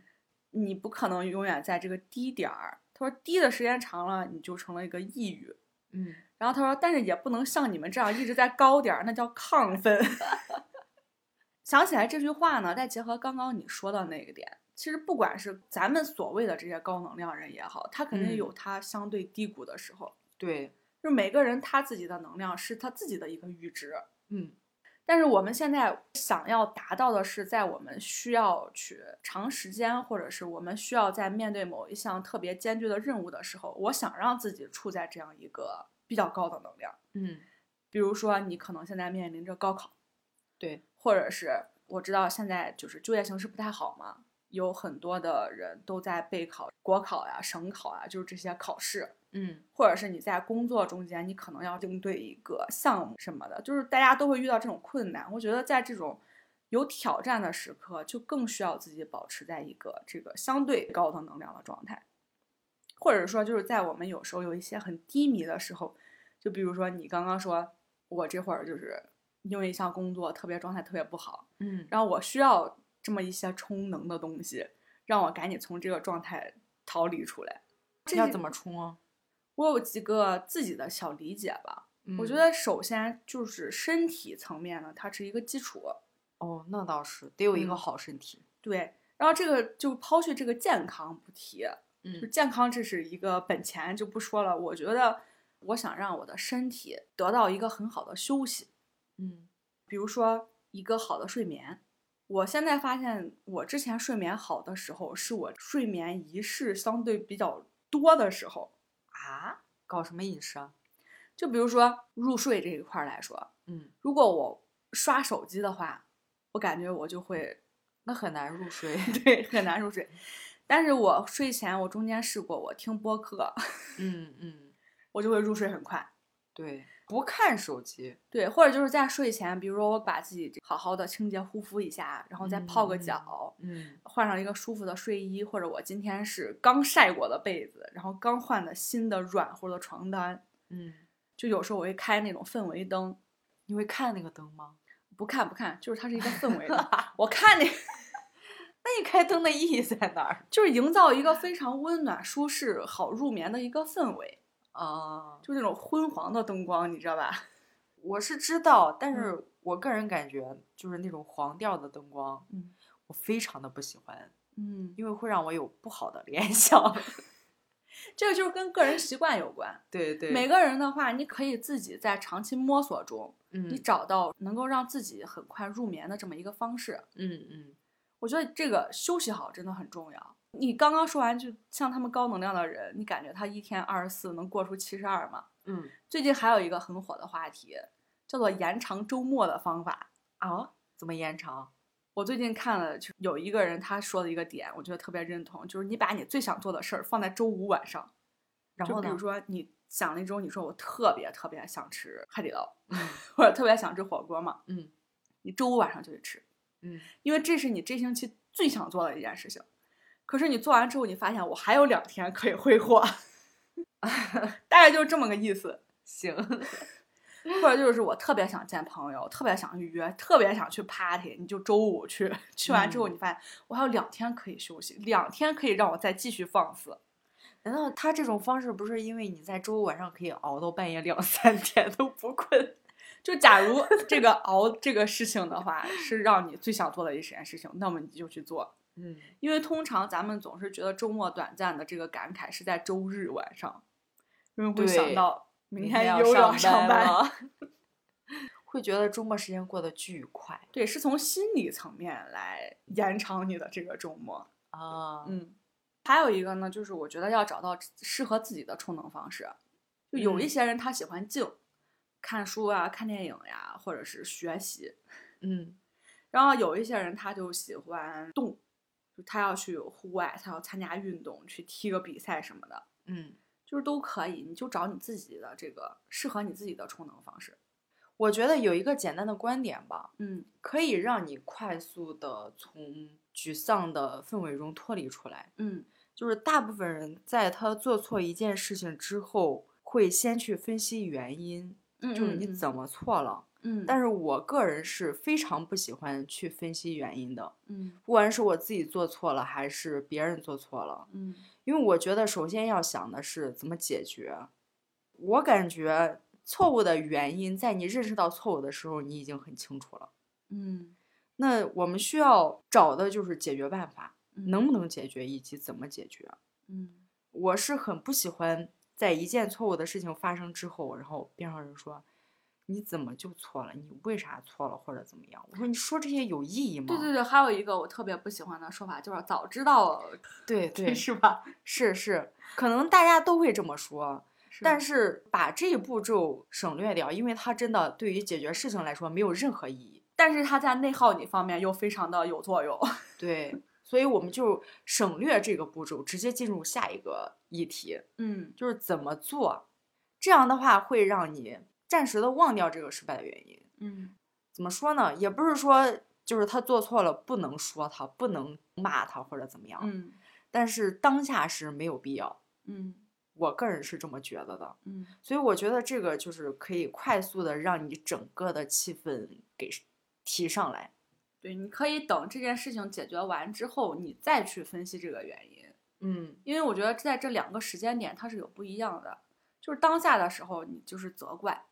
S1: 你不可能永远在这个低点儿。他说低的时间长了，你就成了一个抑郁。
S2: 嗯，
S1: 然后他说，但是也不能像你们这样一直在高点儿，那叫亢奋。 [laughs] 想起来这句话呢，再结合刚刚你说到那个点，其实不管是咱们所谓的这些高能量人也好，他肯定
S2: 嗯
S1: 有他相对低谷的时候。
S2: 对，
S1: 就每个人他自己的能量是他自己的一个阈值，
S2: 嗯
S1: 但是我们现在想要达到的是，在我们需要去长时间，或者是我们需要在面对某一项特别艰巨的任务的时候，我想让自己处在这样一个比较高的能量。
S2: 嗯，
S1: 比如说，你可能现在面临着高考，
S2: 对，
S1: 或者是我知道现在就是就业形势不太好嘛，有很多的人都在备考国考呀、省考呀，就是这些考试，
S2: 嗯，
S1: 或者是你在工作中间，你可能要应对一个项目什么的，就是大家都会遇到这种困难。我觉得在这种有挑战的时刻，就更需要自己保持在一个这个相对高的能量的状态，或者说就是在我们有时候有一些很低迷的时候，就比如说你刚刚说，我这会儿就是因为一项工作特别状态特别不好，
S2: 嗯，
S1: 然后我需要这么一些充能的东西，让我赶紧从这个状态逃离出来。这
S2: 要
S1: 些
S2: 怎么冲啊？
S1: 我有几个自己的小理解吧。我觉
S2: 嗯
S1: 得首先就是身体层面呢，它是一个基础，
S2: 哦，那倒是得有一个
S1: 嗯
S2: 好身体。
S1: 对。然后这个就抛去这个健康不提，就
S2: 嗯
S1: 健康这是一个本钱就不说了。我觉得我想让我的身体得到一个很好的休息，
S2: 嗯
S1: 比如说一个好的睡眠。我现在发现，我之前睡眠好的时候，是我睡眠仪式相对比较多的时候。
S2: 啊，搞什么饮食啊？
S1: 就比如说入睡这一块儿来说，
S2: 嗯，
S1: 如果我刷手机的话，我感觉我就会 [laughs]
S2: 那很难入 [laughs] 睡。
S1: 对很难入睡。但是我睡前，我中间试过，我听播客，
S2: 嗯嗯，
S1: 我就会入睡很快。
S2: 对，不看手机。
S1: 对，或者就是在睡前，比如说我把自己好好的清洁护肤一下，然后再泡个
S2: 嗯
S1: 脚，
S2: 嗯
S1: 换上一个舒服的睡衣，或者我今天是刚晒过的被子，然后刚换的新的软和的床单。
S2: 嗯，
S1: 就有时候我会开那种氛围灯，
S2: 你会看那个灯吗？ [laughs]
S1: 不看不看，就是它是一个氛围灯。我看那
S2: 那你开灯的意义在哪儿？
S1: 就是营造一个非常温暖、舒适、好入眠的一个氛围，
S2: 啊，
S1: 就那种昏黄的灯光，你知道吧？
S2: 我是知道，
S1: 嗯
S2: 但是我个人感觉就是那种黄调的灯光，
S1: 嗯
S2: 我非常的不喜欢，
S1: 嗯，
S2: 因为会让我有不好的联想。 [laughs]
S1: 这个就是跟个人习惯有关。
S2: 对对，
S1: 每
S2: 个
S1: 个人的话，你可以自己在长期摸索中，你
S2: 嗯
S1: 找到能够让自己很快入眠的这么一个方式。
S2: 嗯嗯，
S1: 我觉得这个休息好真的很重要。你刚刚说完，就像他们高能量的人，你感觉他一天二十四能过出七十二吗？
S2: 嗯
S1: 最近还有一个很火的话题，叫做延长周末的方法。
S2: 啊，怎么延长？
S1: 我最近看了，就有一个人他说的一个点，我觉得特别认同，就是你把你最想做的事儿放在周五晚上，
S2: 然
S1: 就
S2: 后
S1: 比
S2: 呢
S1: 如？说你想了一周，你说我特别特别想吃海底捞，
S2: 嗯
S1: 或者特别想吃火锅嘛，
S2: 嗯
S1: 你周五晚上就去吃， [laughs]
S2: 嗯
S1: 因为这是你这星期最想做的一件事情。可是你做完之后，你发现我还有两天可以挥霍， [laughs] 大概就是这么个意思。
S2: 行， [laughs]
S1: 或者就是我特别想见朋友，特别想预约，特别想去 party，你就周五去，去完之后
S2: 嗯
S1: 你发现我还有两天可以休息，两天可以让我再继续放肆。
S2: 难道他这种方式不是因为你在周五晚上可以熬到半夜两三点都不困？
S1: 就假
S2: [laughs]
S1: 如这个熬这个事情的话，是让你最想做的一件事情，那么你就去做。
S2: 嗯，
S1: 因为通常咱们总是觉得周末短暂的这个感慨是在周日晚上，因为会想
S2: 对
S1: 到明天又
S2: 要
S1: 要上班。
S2: 班
S1: [laughs]
S2: 了， [laughs] 会觉得周末时间过得巨快
S1: 对，是从心理层面来延长你的这个周末。
S2: 啊。
S1: 嗯，还有一个呢，就是我觉得要找到适合自己的充能方式。就有一
S2: 嗯
S1: 些人他喜欢静，看书啊、看电影呀、或者是学习；
S2: 嗯
S1: 然后有一些人他就喜欢动，就他要去户外，他要参加运动，去踢个比赛什么的，
S2: 嗯，
S1: 就是都可以。你就找你自己的这个适合你自己的充能方式。
S2: 我觉得有一个简单的观点吧，
S1: 嗯
S2: 可以让你快速的从沮丧的氛围中脱离出来。
S1: 嗯
S2: 就是大部分人在他做错一件事情之后，会先去分析原因，
S1: 嗯，
S2: 就是你
S1: 嗯
S2: 怎么错了。
S1: 嗯，
S2: 但
S1: 是
S2: 是我个人是非常不喜欢去分析原因的，
S1: 嗯
S2: 不管是我自己做错了，还是别人做错了，
S1: 嗯
S2: 因为我觉得首先要想的是怎么解决。我感觉错误的原因，在你认识到错误的时候，你已经很清楚了。
S1: 嗯，
S2: 那我们需要找的就是解决办法，
S1: 嗯
S2: 能不能解决以及怎么解决。
S1: 嗯
S2: 我是很不喜欢在一件错误的事情发生之后，然后边上人说：“你怎么就错了？你为啥错了或者怎么样？我说你说这些有意义吗？
S1: 对对对，还有一个我特别不喜欢的说法就是早知道，
S2: 对
S1: [laughs]
S2: 对
S1: 是吧？
S2: 是是，可能大家都会这么说，但
S3: 是
S2: 是把这一步骤省略掉，因为它真的对于解决事情来说没有任何意义。
S1: 但是它在内耗你方面又非常的有作用。 [laughs]
S2: 对，所以我们就省略这个步骤，直接进入下一个议题，
S1: 嗯，
S2: 就是怎么做。这样的话会让你暂时的忘掉这个失败的原因。
S1: 嗯，
S2: 怎么说呢？也不是说就是他做错了不能说他，不能骂他或者怎么样，
S1: 嗯，
S2: 但是当下是没有必要。
S1: 嗯，
S2: 我个人是这么觉得的，
S1: 嗯，
S2: 所以我觉得这个就是可以快速的让你整个的气氛给提上来。
S1: 对，你可以等这件事情解决完之后，你再去分析这个原因，
S2: 嗯，
S1: 因为我觉得在这两个时间点它是有不一样的。就是当下的时候，你就是责怪，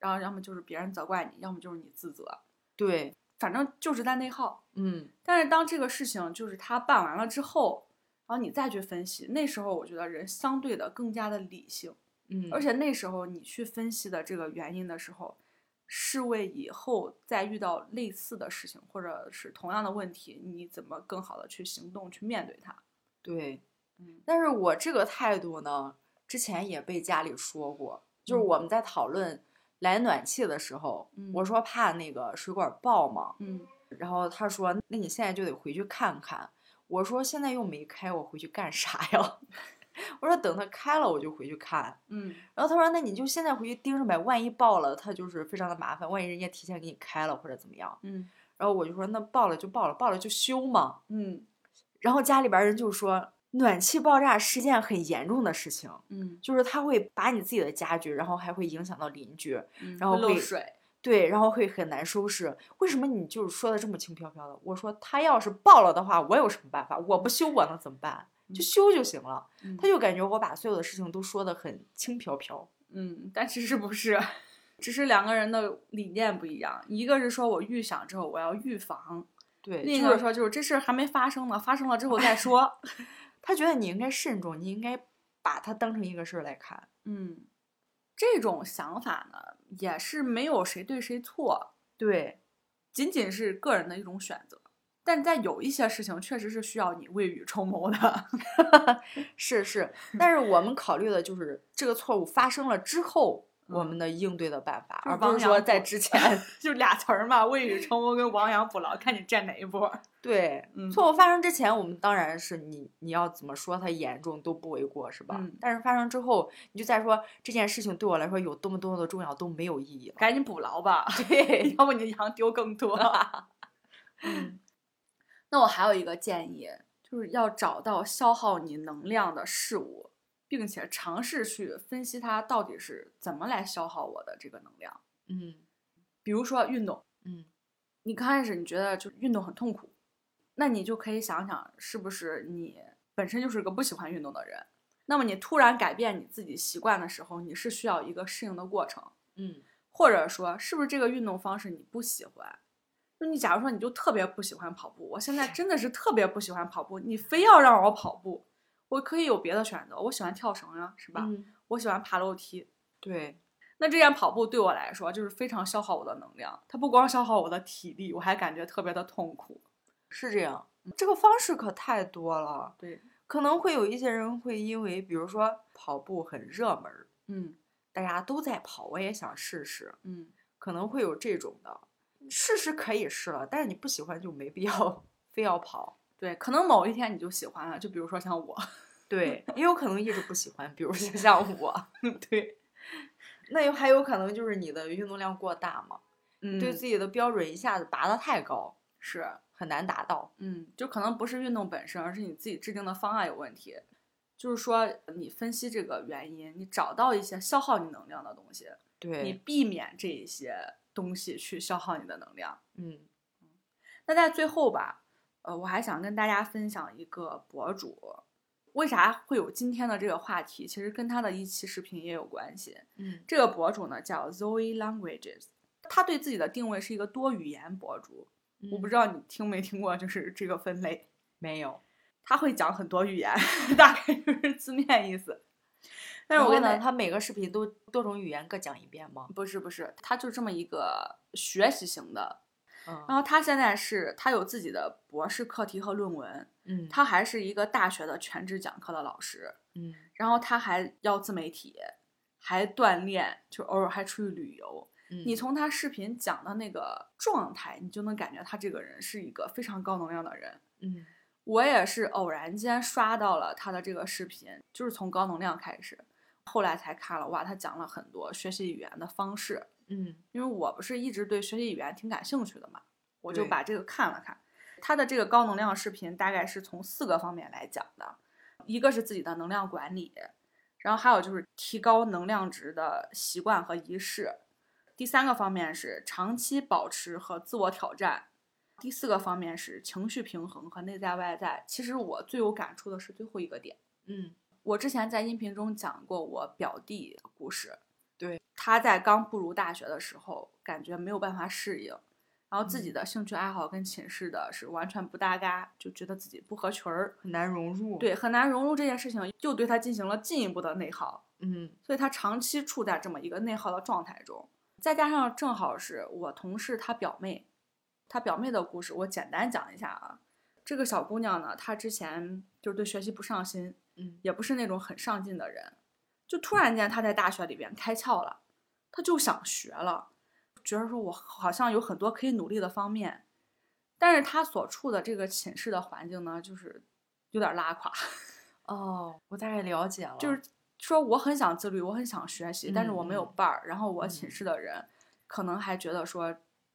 S1: 然后要么就是别人责怪你，要么就是你自责，
S2: 对，
S1: 反正就是在内耗。
S2: 嗯，
S1: 但是当这个事情就是他办完了之后，然后你再去分析，那时候我觉得人相对的更加的理性，
S2: 嗯，
S1: 而且那时候你去分析的这个原因的时候，是为以后再遇到类似的事情或者是同样的问题，你怎么更好的去行动去面对它。
S2: 对，
S1: 嗯
S2: 但是我这个态度呢，之前也被家里说过，就是
S1: 嗯
S2: 我们在讨论来暖气的时候，我
S1: 嗯
S2: 说怕那个水管爆嘛，
S1: 嗯
S2: 然后他说那你现在就得回去看看。我说现在又没开，我回去干啥呀？ [laughs] 我说等它开了我就回去看。
S1: 嗯
S2: 然后他说那你就现在回去盯着呗，万一爆了，它就是非常的麻烦，万一人家提前给你开了或者怎么样。
S1: 嗯
S2: 然后我就说那爆了就爆了，爆了就修嘛。
S1: 嗯
S2: 然后家里边儿人就说，暖气爆炸是件很严重的事情，
S1: 嗯，
S2: 就是它会把你自己的家具，然后还会影响到邻居，
S1: 嗯
S2: 然后
S1: 会
S2: 会
S1: 漏水，
S2: 对，然后会很难收拾。为什么你就是说的这么轻飘飘的？我说它要是爆了的话，我有什么办法？我不修我能怎么办？就
S1: 嗯
S2: 修就行了。
S1: 嗯
S2: 他就感觉我把所有的事情都说的很轻飘飘。
S1: 嗯，但其实不是， [laughs] 只是两个人的理念不一样，一个是说我预想之后我要预防。
S2: 对，
S1: 另一
S2: 就
S1: 个
S2: 是
S1: 说就是这事儿还没发生呢，发生了之后再说。 [laughs]
S2: 他觉得你应该慎重，你应该把它当成一个事儿来看。
S1: 嗯，这种想法呢，也是没有谁对谁错，
S2: 对，
S1: 仅仅是个人的一种选择。但在有一些事情，确实是需要你未雨绸缪的。 [laughs]
S2: 是是，但是我们考虑的就是这个错误发生了之后，我
S1: 嗯
S2: 们的应对的办法，
S1: 就
S2: 而
S1: 是
S2: 不
S1: 亡
S2: 是说
S1: 羊
S2: 在
S1: 补 [laughs]
S2: 之前。
S1: 就俩词儿嘛，未雨绸缪跟亡羊补牢，看你站哪一波。
S2: 对，
S1: 嗯
S2: 错误发生之前，我们当然是你你要怎么说它严重都不为过，是吧？
S1: 嗯
S2: 但是发生之后，你就再说这件事情对我来说有多么多么的重要都没有意义了。
S1: 赶紧补牢吧，
S2: 对，
S1: 要不你羊丢更多。嗯， [laughs] 那我还有一个建议，就是要找到消耗你能量的事物，并且尝试去分析它到底是怎么来消耗我的这个能量。
S2: 嗯
S1: 比如说运动，
S2: 嗯
S1: 你刚开始你觉得就是运动很痛苦，那你就可以想想是不是你本身就是个不喜欢运动的人。那么你突然改变你自己习惯的时候，你是需要一个适应的过程。
S2: 嗯
S1: 或者说是不是这个运动方式你不喜欢？就你假如说你就特别不喜欢跑步，我现在真的是特别不喜欢跑步，你非要让我跑步，我可以有别的选择，我喜欢跳绳啊，是吧？
S2: 嗯，
S1: 我喜欢爬楼梯。
S2: 对
S1: 那这样跑步对我来说就是非常消耗我的能量，它不光消耗我的体力，我还感觉特别的痛苦。
S2: 是这样。这个方式可太多了，
S1: 对，
S2: 可能会有一些人会因为，比如说跑步很热门儿，
S1: 嗯
S2: 大家都在跑，我也想试试，
S1: 嗯，
S2: 可能会有这种的。试试可以试了，但是你不喜欢就没必要非要跑。
S1: 对，可能某一天你就喜欢了，就比如说像我， [laughs]
S2: 对，也有可能一直不喜欢，比如说像我，
S1: 对，
S2: 那有还有可能就是你的运动量过大嘛，
S1: 嗯，
S2: 对自己的标准一下子拔得太高，
S1: 是，
S2: 很难达到。
S1: 嗯，就可能不是运动本身，而是你自己制定的方案有问题。就是说，你分析这个原因，你找到一些消耗你能量的东西，你
S2: 对，
S1: 避免这一些东西去消耗你的能量。
S2: 嗯
S1: 那在最后吧，呃，我还想跟大家分享一个博主，为啥会有今天的这个话题？其实跟他的一期视频也有关系。
S2: 嗯
S1: 这个博主呢叫 Zoe Languages，他对自己的定位是一个多语言博主。我不知
S2: 道
S1: 道你听没听过，就是这个分类。
S2: 没有，
S1: [laughs] 他会讲很多语言，大概就是字面意思。但是我
S2: 然后
S1: 跟
S2: 呢，
S1: 他
S2: 他每个视频都多种语言各讲一遍吗？
S1: 不是不是，他就这么一个学习型的。然
S2: 嗯
S1: 后他现在是他有自己的博士课题和论文，
S2: 嗯，
S1: 他还是一个大学的全职讲课的老师，
S2: 嗯
S1: 然后他还要自媒体，还锻炼，就偶尔还出去旅游。你
S2: 嗯
S1: 从他视频讲的那个状态，你就能感觉他这个人是一个非常高能量的人。
S2: 嗯
S1: 我也是偶然间刷到了他的这个视频，就是从高能量开始，后来才看了哇，他讲了很多学习语言的方式，
S2: 嗯
S1: 因为我不是一直对学习语言挺感兴趣的嘛，我就
S2: 对
S1: 把这个看了看。他的这个高能量视频大概是从四个方面来讲的，一个是自己的能量管理，然后还有就是提高能量值的习惯和仪式，第三个方面是长期保持和自我挑战，第四个方面是情绪平衡和内在外在。其实我最有感触的是最后一个点。
S2: 嗯
S1: 我之前在音频中讲过我表弟的故事，
S2: 对，
S1: 他在刚步入大学的时候，感觉没有办法适应，然后自己
S2: 嗯
S1: 的兴趣爱好跟寝室的是完全不搭嘎，就觉得自己不合群儿，
S2: 很难融入。，
S1: 对，很难融入这件事情，又对他进行了进一步的内耗，
S2: 嗯
S1: 所以他长期处在这么一个内耗的状态中，再加上正好是我同事她表妹，她表妹的故事，我简单讲一下啊。这个小姑娘呢，她之前就是对学习不上心，
S2: 嗯
S1: 也不是那种很上进的人，就突然间他在大学里边开窍了，他就想学了，觉得说我好像有很多可以努力的方面，但是他所处的这个寝室的环境呢，就是有点拉垮，
S2: 哦，我大概了解了，
S1: 就是说我很想自律，我很想学习，但是我没有
S2: 嗯嗯
S1: 伴儿，然后我寝
S2: 嗯
S1: 室的人可能还觉得说，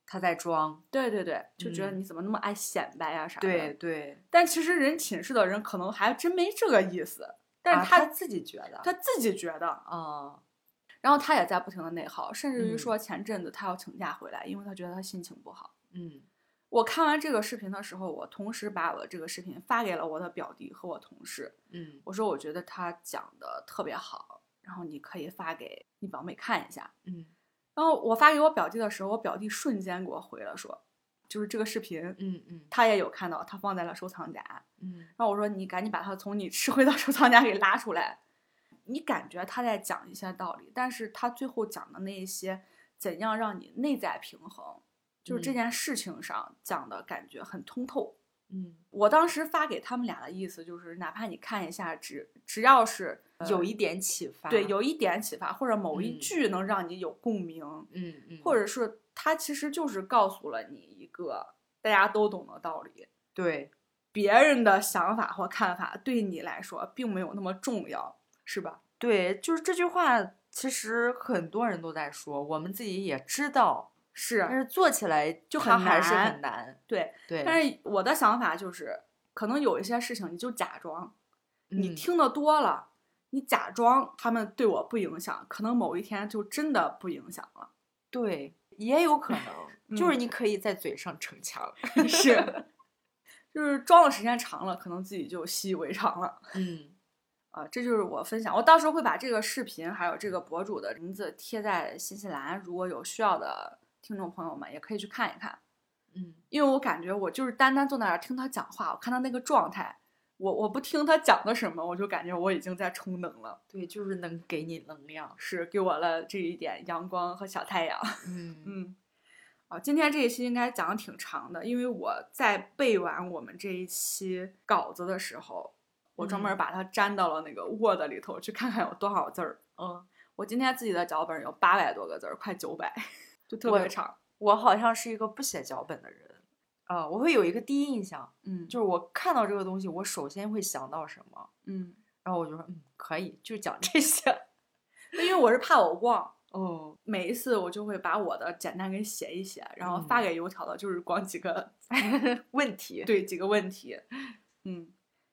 S2: 他在装。
S1: 对对对，就觉得
S2: 嗯
S1: 你怎么那么爱显摆呀、啥的，
S2: 对对，
S1: 但其实人寝室的人可能还真没这个意思，但
S2: 啊
S1: 是他、
S2: 他自己觉得
S1: 他自己觉得。
S2: 啊，
S1: 然后他也在不停的内耗，甚至于
S2: 嗯
S1: 说前阵子他要请假回来，因为他觉得他心情不好。
S2: 嗯
S1: 我看完这个视频的时候，我同时把我这个视频发给了我的表弟和我同事，
S2: 嗯
S1: 我说我觉得他讲的特别好，然后你可以发给你表妹看一下。
S2: 嗯
S1: 然后我发给我表弟的时候，我表弟瞬间给我回了说，就是这个视频，
S2: 嗯嗯
S1: 他也有看到，他放在了收藏夹。
S2: 嗯
S1: 然后我说你赶紧把它从你吃灰的收藏夹给拉出来。你感觉他在讲一些道理，但是他最后讲的那一些怎样让你内在平衡，就是这
S2: 嗯
S1: 件事情上讲的感觉很通透。
S2: 嗯，
S1: 我当时发给他们俩的意思就是，哪怕你看一下，只只要是
S2: 有一点启发。
S1: 对有一点启发，或者某一
S2: 嗯
S1: 句能让你有共鸣，
S2: 嗯嗯，
S1: 或者是他其实就是告诉了你一个大家都懂的道理，
S2: 对
S1: 别人的想法或看法对你来说并没有那么重要，是吧？
S2: 对，就是这句话，其实很多人都在说，我们自己也知道，但
S1: 是
S2: 是做起来就
S1: 很
S2: 还是
S1: 难
S2: 很难。
S1: 对，
S2: 嗯对，
S1: 但是我的想法就是，可能有一些事情你就假装，你
S2: 嗯
S1: 听得多了，你假装他们对我不影响，可能某一天就真的不影响
S2: [laughs]
S1: 了。
S2: 对也有可 [laughs] 能，就是
S1: 嗯
S2: 你可以在嘴上逞强。
S1: 是， [laughs] 就是装的时间长了，可能自己就习以为常了。
S2: 嗯
S1: 啊，这就是我分享。我到时候会把这个视频还有这个博主的名字贴在新西兰，如果有需要的听众朋友们也可以去看一看。
S2: 嗯
S1: 因为我感觉我就是单单坐在那儿听他讲话，我看他那个状态，我我不听他讲的什么，我就感觉我已经在充能了，
S2: 对，就是能给你能量。
S1: 是给我了这一点阳光和小太阳。
S2: 嗯
S1: 嗯，啊，今天这一期应该讲的挺长的，因为我在背完我们这一期稿子的时候，我专门
S2: 嗯
S1: 把它粘到了那个 Word 里头去看看有多少字儿。
S2: 嗯，
S1: 我今天自己的脚本有八百多个字儿，快九百， [laughs] 就特
S2: 我
S1: 别长。
S2: 我好像是一个不写脚本的人，啊、我会有一个第一印象，
S1: 嗯，
S2: 就是我看到这个东西，我首先会想到什么，
S1: 嗯，
S2: 然后我就说，嗯，可以，就讲这些。
S1: 因为我是怕我忘。
S2: [laughs] 哦，
S1: 每一次我就会把我的简单给写一写，然后发
S2: 嗯
S1: 给油条的，就是光几个、
S2: [laughs] 问题。
S1: 对几个问
S2: [laughs]
S1: 题。嗯，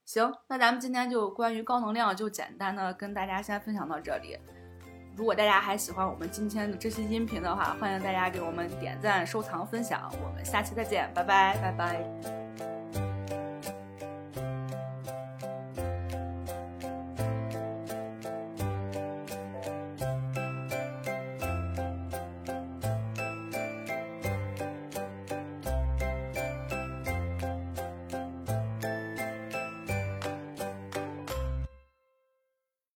S1: 行，那咱们今天就关于高能量就简单的跟大家先分享到这里。如果大家还喜欢我们今天的这期音频的话，欢迎大家给我们点赞、收藏、分享。我们下期再见，拜拜，拜拜。